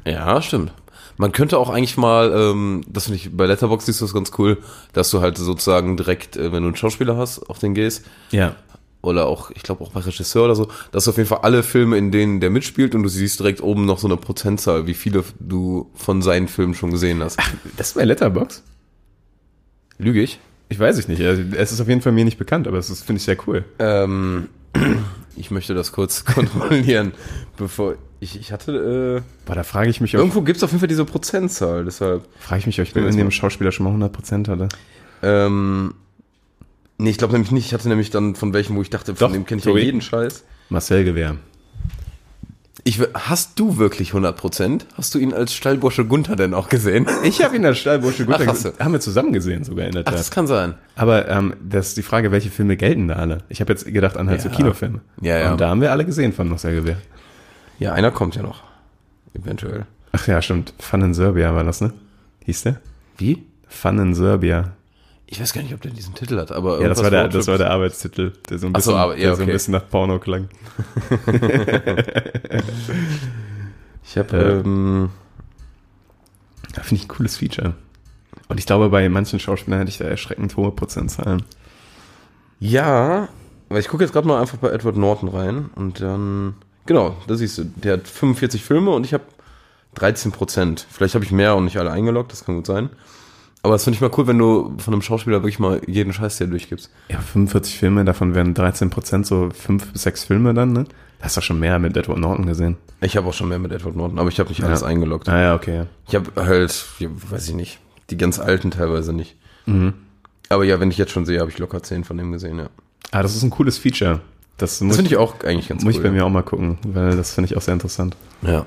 Speaker 6: Ja, stimmt. Man könnte auch eigentlich mal, ähm, das finde ich, bei Letterboxd ist das ganz cool, dass du halt sozusagen direkt, äh, wenn du einen Schauspieler hast, auf den gehst,
Speaker 1: ja.
Speaker 6: oder auch, ich glaube auch bei Regisseur oder so, dass du auf jeden Fall alle Filme, in denen der mitspielt und du siehst direkt oben noch so eine Prozentzahl, wie viele du von seinen Filmen schon gesehen hast.
Speaker 1: Das ist bei Letterbox.
Speaker 6: Lüge ich?
Speaker 1: Ich weiß ich nicht. Also, es ist auf jeden Fall mir nicht bekannt, aber es ist, finde ich, sehr cool.
Speaker 6: Ähm, (clears throat) ich möchte das kurz (laughs) kontrollieren, bevor ich, ich hatte,
Speaker 1: Boah, da frage ich mich,
Speaker 6: äh,
Speaker 1: ob,
Speaker 6: irgendwo gibt's auf jeden Fall diese Prozentzahl, deshalb.
Speaker 1: frage ich mich, ob ich in dem Schauspieler schon mal 100% hatte.
Speaker 6: Ähm, nee, ich glaube nämlich nicht, ich hatte nämlich dann von welchem, wo ich dachte, von
Speaker 1: Doch,
Speaker 6: dem kenne ich ja
Speaker 1: sorry.
Speaker 6: jeden Scheiß.
Speaker 1: Marcel Gewehr.
Speaker 6: Ich, w- hast du wirklich 100%? Hast du ihn als Stallbursche Gunther denn auch gesehen?
Speaker 1: (laughs) Ich habe ihn als Stallbursche gut
Speaker 6: Ach, hast du.
Speaker 1: haben wir zusammen gesehen sogar in der
Speaker 6: Ach,
Speaker 1: Tat.
Speaker 6: das kann sein.
Speaker 1: Aber ähm, das ist die Frage, welche Filme gelten da alle? Ich habe jetzt gedacht an halt so
Speaker 6: Ja.
Speaker 1: Kinofilme.
Speaker 6: Ja, ja.
Speaker 1: Und da haben wir alle gesehen von Marcel Gewehr.
Speaker 6: Ja, einer kommt ja noch. Eventuell.
Speaker 1: Ach ja, stimmt. Fun in Serbia war das, ne? Hieß der?
Speaker 6: Wie?
Speaker 1: Fun in Serbia.
Speaker 6: Ich weiß gar nicht, ob der diesen Titel hat, aber.
Speaker 1: Ja, das
Speaker 6: irgendwas
Speaker 1: war, der,
Speaker 6: Roadtrip-
Speaker 1: das war der Arbeitstitel, der so ein
Speaker 6: Ach so,
Speaker 1: bisschen,
Speaker 6: aber- ja,
Speaker 1: der so ein
Speaker 6: okay.
Speaker 1: bisschen nach Porno klang.
Speaker 6: Ich habe.
Speaker 1: äh,
Speaker 6: Ähm,
Speaker 1: Ja, Finde ich ein cooles Feature. Und ich glaube, bei manchen Schauspielern hätte ich da erschreckend hohe Prozentzahlen.
Speaker 6: ja, weil ich gucke jetzt gerade mal einfach bei Edward Norton rein und dann. Genau, da siehst du. Der hat 45 Filme und ich habe 13%. Vielleicht habe ich mehr und nicht alle eingeloggt, das kann gut sein. Aber das finde ich mal cool, wenn du von einem Schauspieler wirklich mal jeden Scheiß dir durchgibst.
Speaker 1: Ja, 45 Filme, davon wären 13 Prozent so fünf bis sechs Filme dann, ne? Hast du schon mehr mit Edward Norton gesehen?
Speaker 6: Ich habe auch schon mehr mit Edward Norton, aber ich habe nicht alles
Speaker 1: Ja.
Speaker 6: eingeloggt.
Speaker 1: Ah ja, okay. ja.
Speaker 6: Ich habe halt, ja, weiß ich nicht, die ganz alten teilweise nicht.
Speaker 1: Mhm.
Speaker 6: Aber ja, wenn ich jetzt schon sehe, habe ich locker 10 von dem gesehen, ja.
Speaker 1: Ah, das ist ein cooles Feature. Das,
Speaker 6: Das
Speaker 1: muss,
Speaker 6: finde ich auch eigentlich ganz
Speaker 1: muss ich
Speaker 6: cool.
Speaker 1: bei mir auch mal gucken, weil das finde ich auch sehr interessant.
Speaker 6: ja.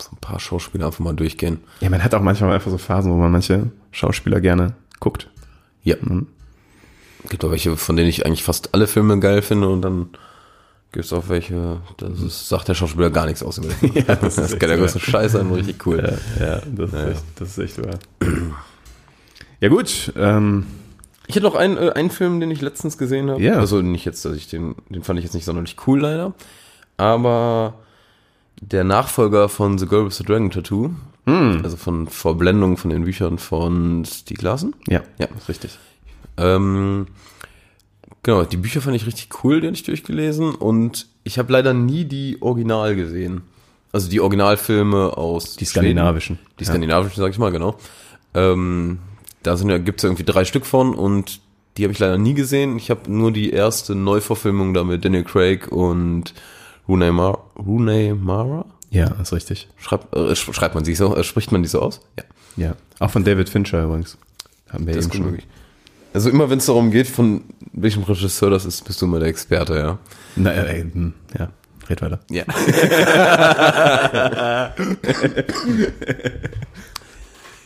Speaker 6: so ein paar Schauspieler einfach mal durchgehen.
Speaker 1: Ja, man hat auch manchmal einfach so Phasen, wo man manche Schauspieler gerne guckt.
Speaker 6: Ja. Mhm. Gibt auch welche, von denen ich eigentlich fast alle Filme geil finde und dann gibt es auch welche, das ist, sagt der Schauspieler gar nichts aus über den Film.
Speaker 1: Mhm. (laughs) Ja, das
Speaker 6: das,
Speaker 1: ist echt
Speaker 6: kann der
Speaker 1: so,
Speaker 6: größte Scheiß sein, richtig cool.
Speaker 1: ja, das, Ist, echt, das ist echt wahr. (clears throat) Ja gut, ähm,
Speaker 6: Ich hatte noch einen, äh, einen Film, den ich letztens gesehen habe.
Speaker 1: Ja.
Speaker 6: Also nicht jetzt, dass ich den, den fand ich jetzt nicht sonderlich cool leider. Aber der Nachfolger von The Girl with the Dragon Tattoo,
Speaker 1: Mhm.
Speaker 6: also von Verblendung von den Büchern von Stieg Larsen.
Speaker 1: ja,
Speaker 6: Ja.
Speaker 1: ist richtig.
Speaker 6: Ähm, genau, die Bücher fand ich richtig cool, die hatte ich durchgelesen. Und ich habe leider nie die Original gesehen. Also die Originalfilme aus
Speaker 1: Die skandinavischen.
Speaker 6: die skandinavischen, sag ich mal, genau. Ähm, da sind ja, gibt's ja irgendwie drei Stück von und die habe ich leider nie gesehen. Ich habe nur die erste Neuverfilmung da mit Daniel Craig und Rooney, Mar Rooney Mara.
Speaker 1: Ja, ist richtig.
Speaker 6: Schreibt, äh, sch- schreibt man sie so, äh, spricht man die so aus? Ja,
Speaker 1: Ja. Auch von David Fincher übrigens. Haben wir
Speaker 6: das ist
Speaker 1: eben
Speaker 6: gut
Speaker 1: schon.
Speaker 6: möglich. Also immer wenn es darum geht, von welchem Regisseur das ist, bist du immer der Experte, ja.
Speaker 1: Na, äh, äh, hm, ja, red weiter.
Speaker 6: Ja.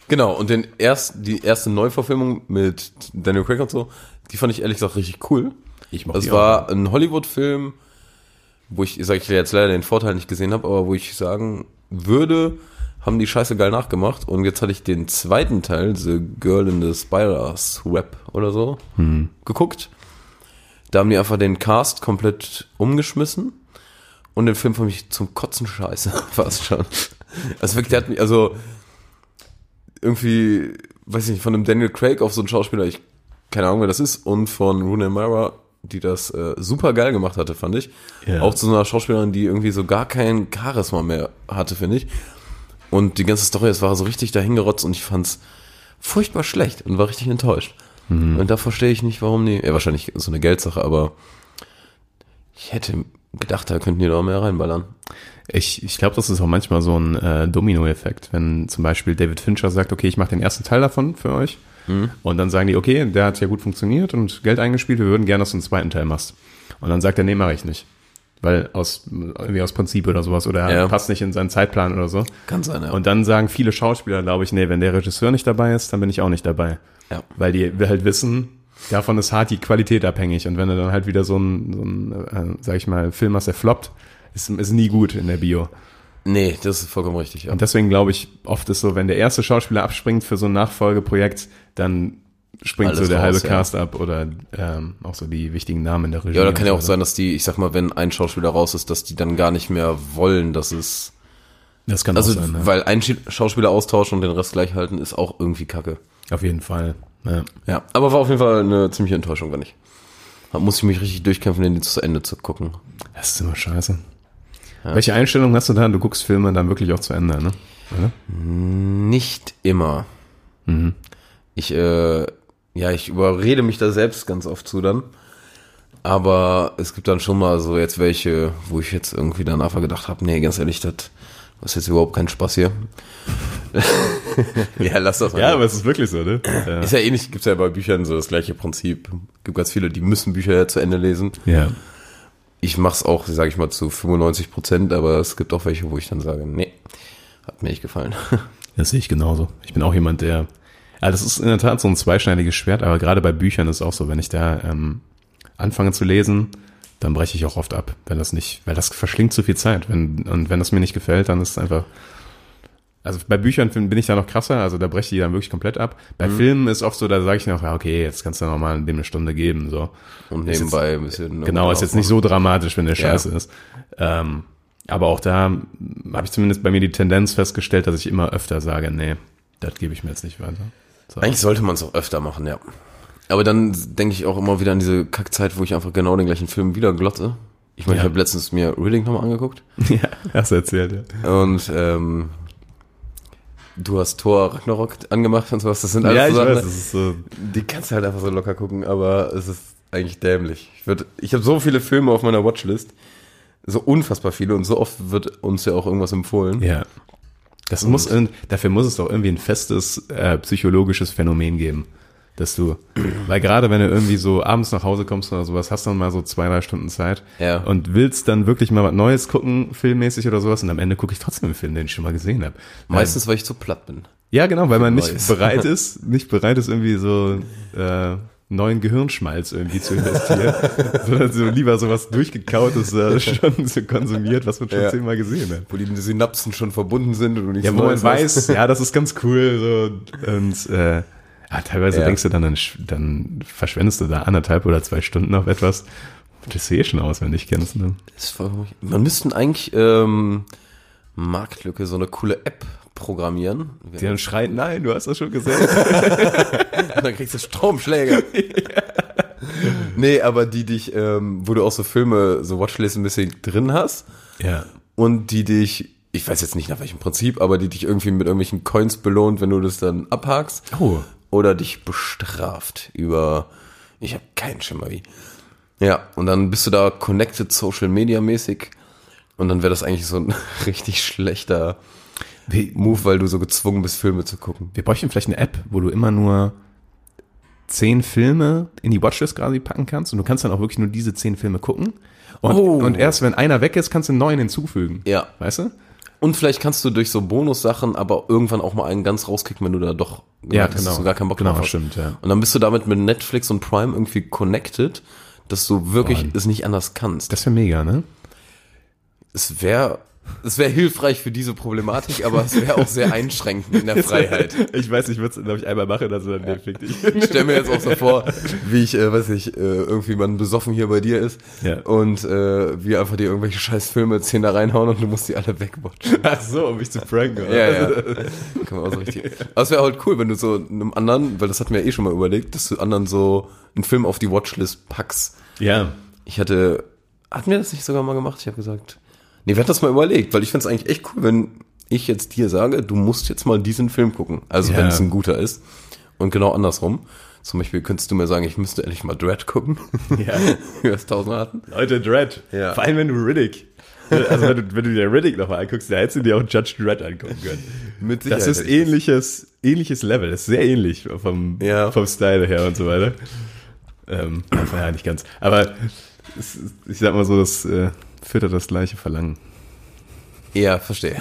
Speaker 6: genau, und den erst, die erste Neuverfilmung mit Daniel Craig und so, die fand ich ehrlich gesagt richtig cool.
Speaker 1: Ich
Speaker 6: Das war ein Hollywood-Film, wo ich, sag ich jetzt leider den Vorteil nicht gesehen habe, aber wo ich sagen würde, haben die Scheiße geil nachgemacht. Und jetzt hatte ich den zweiten Teil, The Girl in the Spider's Web oder so, geguckt. Da haben die einfach den Cast komplett umgeschmissen. Und den Film fand ich zum Kotzen scheiße, (laughs) fast schon. Also wirklich, der hat mich, also irgendwie, weiß ich nicht, von einem Daniel Craig auf so einen Schauspieler, ich keine Ahnung, wer das ist, und von Rooney Mara, die das äh, super geil gemacht hatte, fand ich.
Speaker 1: Ja.
Speaker 6: Auch zu so einer Schauspielerin, die irgendwie so gar kein Charisma mehr hatte, finde ich. Und die ganze Story, es war so richtig dahingerotzt und ich fand's furchtbar schlecht und war richtig enttäuscht. Und da verstehe ich nicht, warum die, ja, wahrscheinlich so eine Geldsache, aber ich hätte gedacht, da könnten die doch mehr reinballern.
Speaker 1: Ich, ich glaube, das ist auch manchmal so ein äh, Domino-Effekt, wenn zum Beispiel David Fincher sagt, okay, ich mache den ersten Teil davon für euch. Und dann sagen die, okay, der hat ja gut funktioniert und Geld eingespielt, wir würden gerne, dass du einen zweiten Teil machst. Und dann sagt er, nee, mache ich nicht. Weil aus, irgendwie aus Prinzip oder sowas oder
Speaker 6: Ja.
Speaker 1: passt nicht in seinen Zeitplan oder so.
Speaker 6: Kann sein, ja.
Speaker 1: Und dann sagen viele Schauspieler, glaube ich, nee, wenn der Regisseur nicht dabei ist, dann bin ich auch nicht dabei.
Speaker 6: Ja.
Speaker 1: Weil die halt wissen, davon ist hart die Qualität abhängig. Und wenn du dann halt wieder so einen, so einen äh, sag ich mal, Film hast, der floppt, ist, ist nie gut in der Bio.
Speaker 6: Nee, das ist vollkommen richtig. Ja.
Speaker 1: Und deswegen glaube ich, oft ist so, wenn der erste Schauspieler abspringt für so ein Nachfolgeprojekt, dann springt
Speaker 6: Alles
Speaker 1: so der
Speaker 6: raus,
Speaker 1: halbe
Speaker 6: ja.
Speaker 1: Cast ab oder ähm, auch so die wichtigen Namen in der Regie.
Speaker 6: Ja, da kann ja
Speaker 1: und
Speaker 6: auch
Speaker 1: so
Speaker 6: sein, dass die, ich sag mal, wenn ein Schauspieler raus ist, dass die dann gar nicht mehr wollen, dass es.
Speaker 1: Das kann
Speaker 6: Also,
Speaker 1: auch sein, ne?
Speaker 6: weil ein Schi- Schauspieler austauschen und den Rest gleich halten, ist auch irgendwie kacke.
Speaker 1: Auf jeden Fall. Ja.
Speaker 6: Ja, aber war auf jeden Fall eine ziemliche Enttäuschung, wenn ich. Da muss ich mich richtig durchkämpfen, den zu Ende zu gucken.
Speaker 1: Das ist immer scheiße. Welche Einstellung hast du da? Du guckst Filme dann wirklich auch zu Ende, ne?
Speaker 6: Nicht immer.
Speaker 1: Mhm.
Speaker 6: Ich, äh, ja, ich überrede mich da selbst ganz oft zu dann. Aber es gibt dann schon mal so jetzt welche, wo ich jetzt irgendwie danach gedacht habe, nee, ganz ehrlich, das ist jetzt überhaupt kein
Speaker 1: (laughs)
Speaker 6: Spaß hier. ja, lass das mal.
Speaker 1: es (clears throat) ist wirklich so, ne?
Speaker 6: ist ja ähnlich, gibt's ja bei Büchern so das gleiche Prinzip. Gibt ganz viele, die müssen Bücher zu Ende lesen.
Speaker 1: Ja.
Speaker 6: ich mach's auch, sage ich mal, zu 95 Prozent, aber es gibt auch welche, wo ich dann sage, nee, hat mir nicht gefallen. (laughs)
Speaker 1: Das sehe ich genauso. Ich bin auch jemand, der. Ja, das ist in der Tat so ein zweischneidiges Schwert, aber gerade bei Büchern ist es auch so, wenn ich da ähm, anfange zu lesen, dann breche ich auch oft ab, wenn das nicht, weil das verschlingt zu viel Zeit. Wenn, und wenn das mir nicht gefällt, dann ist es einfach. Also bei Büchern bin bin ich da noch krasser, also da breche ich dann wirklich komplett ab. Bei Filmen ist oft so, da sage ich noch, ja, okay, jetzt kannst du noch mal dem eine Stunde geben. So. Ist
Speaker 6: Und
Speaker 1: jetzt-
Speaker 6: nebenbei ein bisschen.
Speaker 1: Genau, ist jetzt nicht so dramatisch, wenn der scheiße ist. Ähm, aber auch da habe ich zumindest bei mir die Tendenz festgestellt, dass ich immer öfter sage, nee, das gebe ich mir jetzt nicht weiter. So.
Speaker 6: Eigentlich sollte man es auch öfter machen, ja. Aber dann denke ich auch immer wieder an diese Kackzeit, wo ich einfach genau den gleichen Film wieder glotze. Ich meine, ich
Speaker 1: Ja.
Speaker 6: habe letztens mir Reading nochmal angeguckt
Speaker 1: (laughs) Ja, hast du erzählt, ja.
Speaker 6: und ähm, du hast Thor Ragnarok angemacht und sowas. Das sind alles
Speaker 1: Ja,
Speaker 6: so
Speaker 1: ich
Speaker 6: Sachen, ne?
Speaker 1: weiß, das ist so.
Speaker 6: Die kannst du halt einfach so locker gucken, aber es ist eigentlich dämlich. Ich, würd- ich habe so viele Filme auf meiner Watchlist, so unfassbar viele und so oft wird uns ja auch irgendwas empfohlen.
Speaker 1: Ja. Das muss irgend, dafür muss es doch irgendwie ein festes äh, psychologisches Phänomen geben, dass (clears throat) du, weil gerade wenn du irgendwie so abends nach Hause kommst oder sowas, hast dann mal so zwei, drei Stunden Zeit
Speaker 6: Ja.
Speaker 1: und willst dann wirklich mal was Neues gucken, filmmäßig oder sowas und am Ende gucke ich trotzdem einen Film, den ich schon mal gesehen habe.
Speaker 6: Meistens, weil ich zu platt bin.
Speaker 1: Ja, genau, weil man nicht (laughs)
Speaker 6: Neues.
Speaker 1: bereit ist, nicht bereit ist, irgendwie so äh, neuen Gehirnschmalz irgendwie zu (laughs) investieren, sondern so lieber sowas durchgekautes äh, schon so konsumiert, was man schon
Speaker 6: Ja.
Speaker 1: zehnmal gesehen hat.
Speaker 6: Wo die Synapsen schon verbunden sind und du nichts
Speaker 1: Ja, wo man
Speaker 6: Neues hast.
Speaker 1: weiß, ja, das ist ganz cool. So, und äh, ja, teilweise
Speaker 6: Ja.
Speaker 1: denkst du dann, dann, sch- dann verschwendest du da anderthalb oder zwei Stunden auf etwas. Das sehe ich schon aus, wenn ich kennst. Ne?
Speaker 6: Das ist vollkommen richtig. Man müssten eigentlich ähm, Marktlücke, so eine coole App programmieren.
Speaker 1: Die dann schreit, nein, du hast das schon gesehen.
Speaker 6: (laughs) Dann kriegst du Stromschläge. nee, aber die dich, ähm, wo du auch so Filme, so Watchlist-mäßig drin hast
Speaker 1: ja.
Speaker 6: und die dich, ich weiß jetzt nicht nach welchem Prinzip, aber die dich irgendwie mit irgendwelchen Coins belohnt, wenn du das dann abhakst.
Speaker 1: Oh.
Speaker 6: Oder dich bestraft über, ich habe keinen Schimmer wie. Ja, und dann bist du da connected social media mäßig und dann wäre das eigentlich so ein (laughs) richtig schlechter Move, weil du so gezwungen bist, Filme zu gucken.
Speaker 1: Wir bräuchten vielleicht eine App, wo du immer nur zehn Filme in die Watchlist quasi packen kannst und du kannst dann auch wirklich nur diese zehn Filme gucken. Und,
Speaker 6: Oh.
Speaker 1: und erst wenn einer weg ist, kannst du einen neuen hinzufügen.
Speaker 6: Ja.
Speaker 1: Weißt du?
Speaker 6: Und vielleicht kannst du durch so Bonussachen aber irgendwann auch mal einen ganz rauskicken, wenn du da doch gemerkt hast, dass du gar keinen Bock
Speaker 1: genau,
Speaker 6: drauf hast.
Speaker 1: stimmt, ja.
Speaker 6: Und dann bist du damit mit Netflix und Prime irgendwie connected, dass du wirklich es nicht anders kannst.
Speaker 1: Das wäre mega, ne?
Speaker 6: es wäre es wäre hilfreich für diese Problematik, aber es wäre auch sehr
Speaker 1: (laughs)
Speaker 6: einschränkend in der Freiheit.
Speaker 1: Ich weiß, ich würde es, glaube ich, einmal machen, dass du dann ja. fick dich. (laughs)
Speaker 6: Ich stelle mir jetzt auch so vor, wie ich, äh, weiß ich, äh, irgendwie man besoffen hier bei dir ist
Speaker 1: Ja.
Speaker 6: und äh, wir einfach dir irgendwelche scheiß Filme zehn da reinhauen und du musst die alle wegwatchen.
Speaker 1: Ach so, um mich zu pranken.
Speaker 6: Ja, ja.
Speaker 1: (laughs)
Speaker 6: Kann man auch so richtig. Aber es wäre halt cool, wenn du so einem anderen, weil das hatten wir eh schon mal überlegt, dass du anderen so einen Film auf die Watchlist packst.
Speaker 1: Ja.
Speaker 6: Ich hatte, hatten wir das nicht sogar mal gemacht? Ich habe gesagt, nee, wir hatten das mal überlegt, weil ich find's eigentlich echt cool, wenn ich jetzt dir sage, du musst jetzt mal diesen Film gucken. Also wenn
Speaker 1: Ja.
Speaker 6: es ein guter ist. Und genau andersrum. Zum Beispiel könntest du mir sagen, ich müsste endlich mal Dread gucken. (laughs)
Speaker 1: Ja.
Speaker 6: Wie wir es tausendmal hatten.
Speaker 1: Leute, Dread.
Speaker 6: Ja.
Speaker 1: Vor allem, wenn du Riddick. Also, wenn du, wenn du dir Riddick nochmal anguckst, da hättest du dir auch Judge Dredd angucken können.
Speaker 6: Mit
Speaker 1: Das ist
Speaker 6: ähnlich.
Speaker 1: ähnliches, ähnliches Level. Das ist sehr ähnlich vom,
Speaker 6: Ja.
Speaker 1: vom Style her und so weiter. Ähm, ja, nicht ganz. Aber es, ist- ich sag mal so, das äh, füttert das gleiche Verlangen. eh
Speaker 6: Ja, verstehe.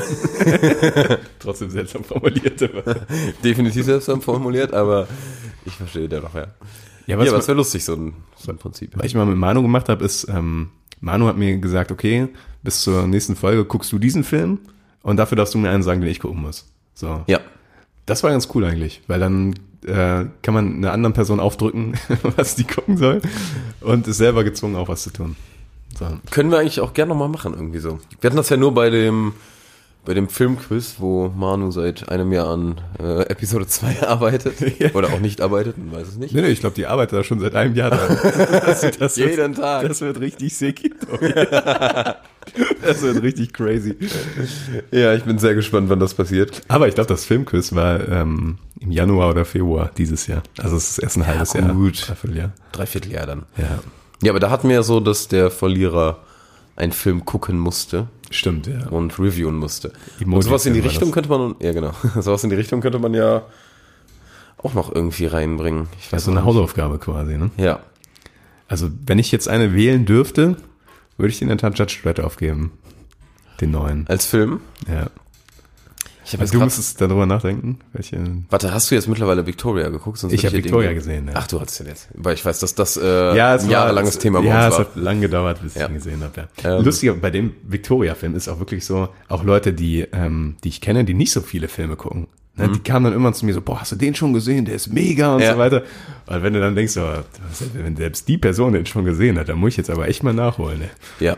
Speaker 1: Trotzdem seltsam formuliert. (laughs) Aber.
Speaker 6: Definitiv selbst formuliert, aber ich verstehe da noch, ja.
Speaker 1: Ja,
Speaker 6: ja, aber es wäre lustig, so ein, so ein Prinzip.
Speaker 1: was ich mal mit Manu gemacht habe, ist, ähm, Manu hat mir gesagt, okay, bis zur nächsten Folge guckst du diesen Film und dafür darfst du mir einen sagen, den ich gucken muss. So.
Speaker 6: Ja.
Speaker 1: Das war ganz cool eigentlich, weil dann äh, kann man einer anderen Person aufdrücken, (laughs) was die gucken soll und ist selber gezwungen, auch was zu tun. So.
Speaker 6: Können wir eigentlich auch gerne nochmal machen, irgendwie so. Wir hatten das ja nur bei dem, bei dem Filmquiz, wo Manu seit einem Jahr an äh, Episode 2 (laughs) arbeitet. Oder auch nicht arbeitet, man weiß es nicht.
Speaker 1: Nee, nee, ich glaube, die arbeitet da schon seit einem Jahr
Speaker 6: (laughs)
Speaker 1: dran. Also das
Speaker 6: Jeden Tag.
Speaker 1: Das wird richtig sick. das wird richtig crazy.
Speaker 6: Ja, ich bin sehr gespannt, wann das passiert.
Speaker 1: Aber ich glaube, das Filmquiz war ähm, im Januar oder Februar dieses Jahr. Also es ist erst ein halbes Jahr.
Speaker 6: gut.
Speaker 1: Dreivierteljahr.
Speaker 6: Dreivierteljahr dann.
Speaker 1: Ja,
Speaker 6: Ja, aber da hatten wir ja so, dass der Verlierer einen Film gucken musste
Speaker 1: stimmt, ja.
Speaker 6: und reviewen musste. Und
Speaker 1: Emoji-Film
Speaker 6: sowas in die
Speaker 1: war das.
Speaker 6: Richtung könnte man, ja genau, (laughs) sowas in die Richtung könnte man ja auch noch irgendwie reinbringen. Ich
Speaker 1: Das ist so eine
Speaker 6: noch nicht.
Speaker 1: Hausaufgabe quasi, ne?
Speaker 6: Ja.
Speaker 1: Also wenn ich jetzt eine wählen dürfte, würde ich in der Tat Judge Dredd aufgeben. Den neuen.
Speaker 6: Als Film?
Speaker 1: Ja.
Speaker 6: Ich hab
Speaker 1: Also du musstest darüber nachdenken, welche.
Speaker 6: Warte, hast du jetzt mittlerweile Victoria geguckt? Sonst
Speaker 1: Ich
Speaker 6: hätte
Speaker 1: habe
Speaker 6: dir den
Speaker 1: Victoria
Speaker 6: ge-
Speaker 1: gesehen. Ja.
Speaker 6: Ach, du hast den jetzt. Weil ich weiß, dass das äh, ein jahrelanges Thema bei
Speaker 1: Ja,
Speaker 6: uns
Speaker 1: es
Speaker 6: war.
Speaker 1: hat lang gedauert, bis ich
Speaker 6: Ja. Ähm.
Speaker 1: ihn gesehen habe. Ja. Lustiger, bei dem Victoria-Film ist auch wirklich so, auch Leute, die, ähm, die ich kenne, die nicht so viele Filme gucken. Ne, Die kamen dann immer zu mir so, boah, hast du den schon gesehen? Der ist mega und
Speaker 6: Mhm. Ja.
Speaker 1: so weiter. Und wenn du dann denkst, so, wenn selbst die Person den schon gesehen hat, dann muss ich jetzt aber echt mal nachholen. Ne?
Speaker 6: Ja.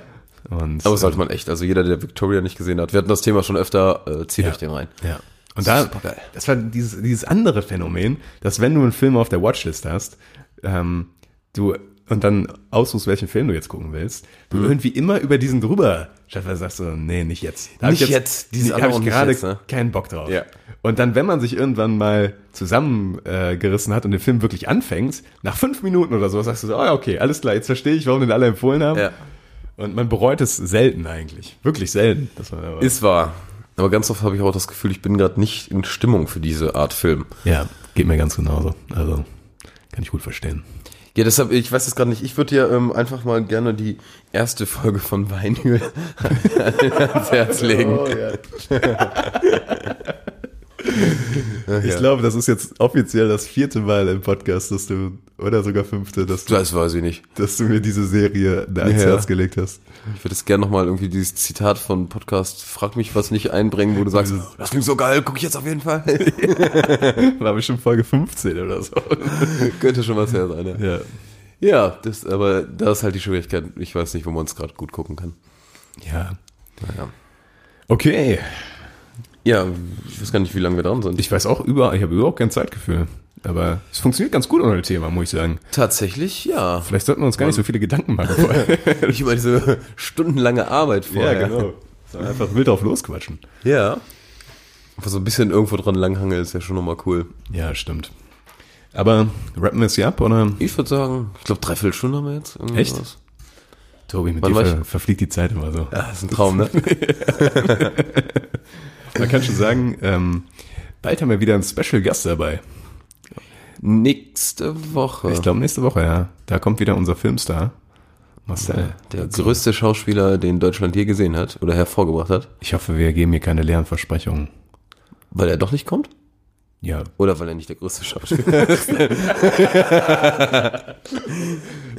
Speaker 1: Und,
Speaker 6: Aber sollte man echt. Also jeder, der Victoria nicht gesehen hat, wir hatten das Thema schon öfter, äh, zieht euch den rein.
Speaker 1: Ja. Und da,
Speaker 6: Supergeil.
Speaker 1: das war dieses, dieses andere Phänomen, dass wenn du einen Film auf der Watchlist hast, ähm, du und dann aussuchst, welchen Film du jetzt gucken willst, du
Speaker 6: Mhm.
Speaker 1: irgendwie immer über diesen drüber statt weil du sagst so, nee, nicht jetzt. Da hab
Speaker 6: Nicht
Speaker 1: ich
Speaker 6: jetzt, dieses
Speaker 1: nee,
Speaker 6: andere
Speaker 1: hab
Speaker 6: und
Speaker 1: ich
Speaker 6: nicht
Speaker 1: gerade
Speaker 6: jetzt, ne?
Speaker 1: keinen Bock drauf.
Speaker 6: Ja.
Speaker 1: Und dann, wenn man sich irgendwann mal zusammengerissen äh, gerissen hat und den Film wirklich anfängt, nach fünf Minuten oder so, sagst du so, oh, ja, okay, alles klar, jetzt verstehe ich, warum den alle empfohlen haben.
Speaker 6: Ja.
Speaker 1: Und man bereut es selten eigentlich. Wirklich selten. Dass man aber,
Speaker 6: Ist wahr. Aber ganz oft habe ich auch das Gefühl, ich bin gerade nicht in Stimmung für diese Art Film.
Speaker 1: Ja, geht mir ganz genauso. Also, kann ich gut verstehen.
Speaker 6: Ja, deshalb, ich weiß es gerade nicht. Ich würde dir ähm, einfach mal gerne die erste Folge von Weinhöhl (laughs) ans Herz legen.
Speaker 1: Oh, (laughs) Ich glaube, das ist jetzt offiziell das vierte Mal im Podcast, dass du, oder sogar fünfte, dass du,
Speaker 6: Das weiß ich nicht.
Speaker 1: dass du mir diese Serie da ans
Speaker 6: Ja.
Speaker 1: Herz gelegt hast.
Speaker 6: Ich würde es gerne nochmal irgendwie dieses Zitat von Podcast Frag mich was nicht einbringen, wo du sagst, Also, das klingt so geil, gucke ich jetzt auf jeden Fall.
Speaker 1: (laughs) War bestimmt Folge 15 oder so.
Speaker 6: (laughs) Könnte schon was her sein. Ja,
Speaker 1: Ja.
Speaker 6: ja das, aber da ist halt die Schwierigkeit. Ich weiß nicht, wo man es gerade gut gucken kann.
Speaker 1: Ja.
Speaker 6: Naja.
Speaker 1: Okay.
Speaker 6: Ja, ich weiß gar nicht, wie lange wir dran sind.
Speaker 1: Ich weiß auch über, ich habe überhaupt kein Zeitgefühl. Aber es funktioniert ganz gut ohne Thema, muss ich sagen.
Speaker 6: tatsächlich, ja.
Speaker 1: Vielleicht sollten wir uns gar nicht so viele Gedanken (laughs) machen vorher.
Speaker 6: Ich über diese stundenlange Arbeit vorher.
Speaker 1: Sondern genau. Einfach wild drauf losquatschen.
Speaker 6: Ja. Aber so ein bisschen irgendwo dran langhangeln ist ja schon nochmal cool.
Speaker 1: Ja, stimmt. Aber rappen wir es hier ab, oder?
Speaker 6: Ich würde sagen, ich glaube, dreiviertel Stunde haben wir jetzt. irgendwie
Speaker 1: Echt?
Speaker 6: was.
Speaker 1: Tobi, mit
Speaker 6: Wann
Speaker 1: dir
Speaker 6: war
Speaker 1: ver verfliegt die Zeit immer so.
Speaker 6: Ja, ist ein Traum, ne?
Speaker 1: Man kann schon sagen, ähm, bald haben wir wieder einen Special Gast dabei.
Speaker 6: (laughs) Nächste Woche.
Speaker 1: Ich glaube nächste Woche, ja. Da kommt wieder unser Filmstar. Marcel.
Speaker 6: Der größte Schauspieler, den Deutschland je gesehen hat oder hervorgebracht hat,
Speaker 1: Ich hoffe, wir geben hier keine leeren Versprechungen.
Speaker 6: weil er doch nicht kommt?
Speaker 1: Ja.
Speaker 6: Oder weil er nicht der größte Schauspieler ist?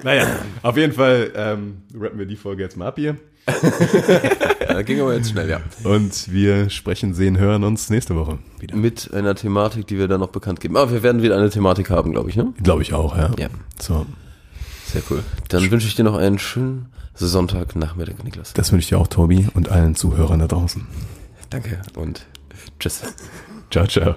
Speaker 1: Naja, auf jeden Fall ähm, rappen wir die Folge jetzt mal ab hier.
Speaker 6: (laughs) Ja, ging aber jetzt schnell, ja.
Speaker 1: Und wir sprechen, sehen, hören uns nächste Woche wieder.
Speaker 6: Mit einer Thematik, die wir dann noch bekannt geben. Aber wir werden wieder eine Thematik haben, glaube ich, ne?
Speaker 1: Glaube ich auch, ja.
Speaker 6: Ja.
Speaker 1: So,
Speaker 6: Sehr cool. Dann wünsche ich dir noch einen schönen Sonntagnachmittag, Niklas.
Speaker 1: das wünsche ich dir auch, Tobi, und allen Zuhörern da draußen.
Speaker 6: Danke und tschüss.
Speaker 1: Ciao, ciao.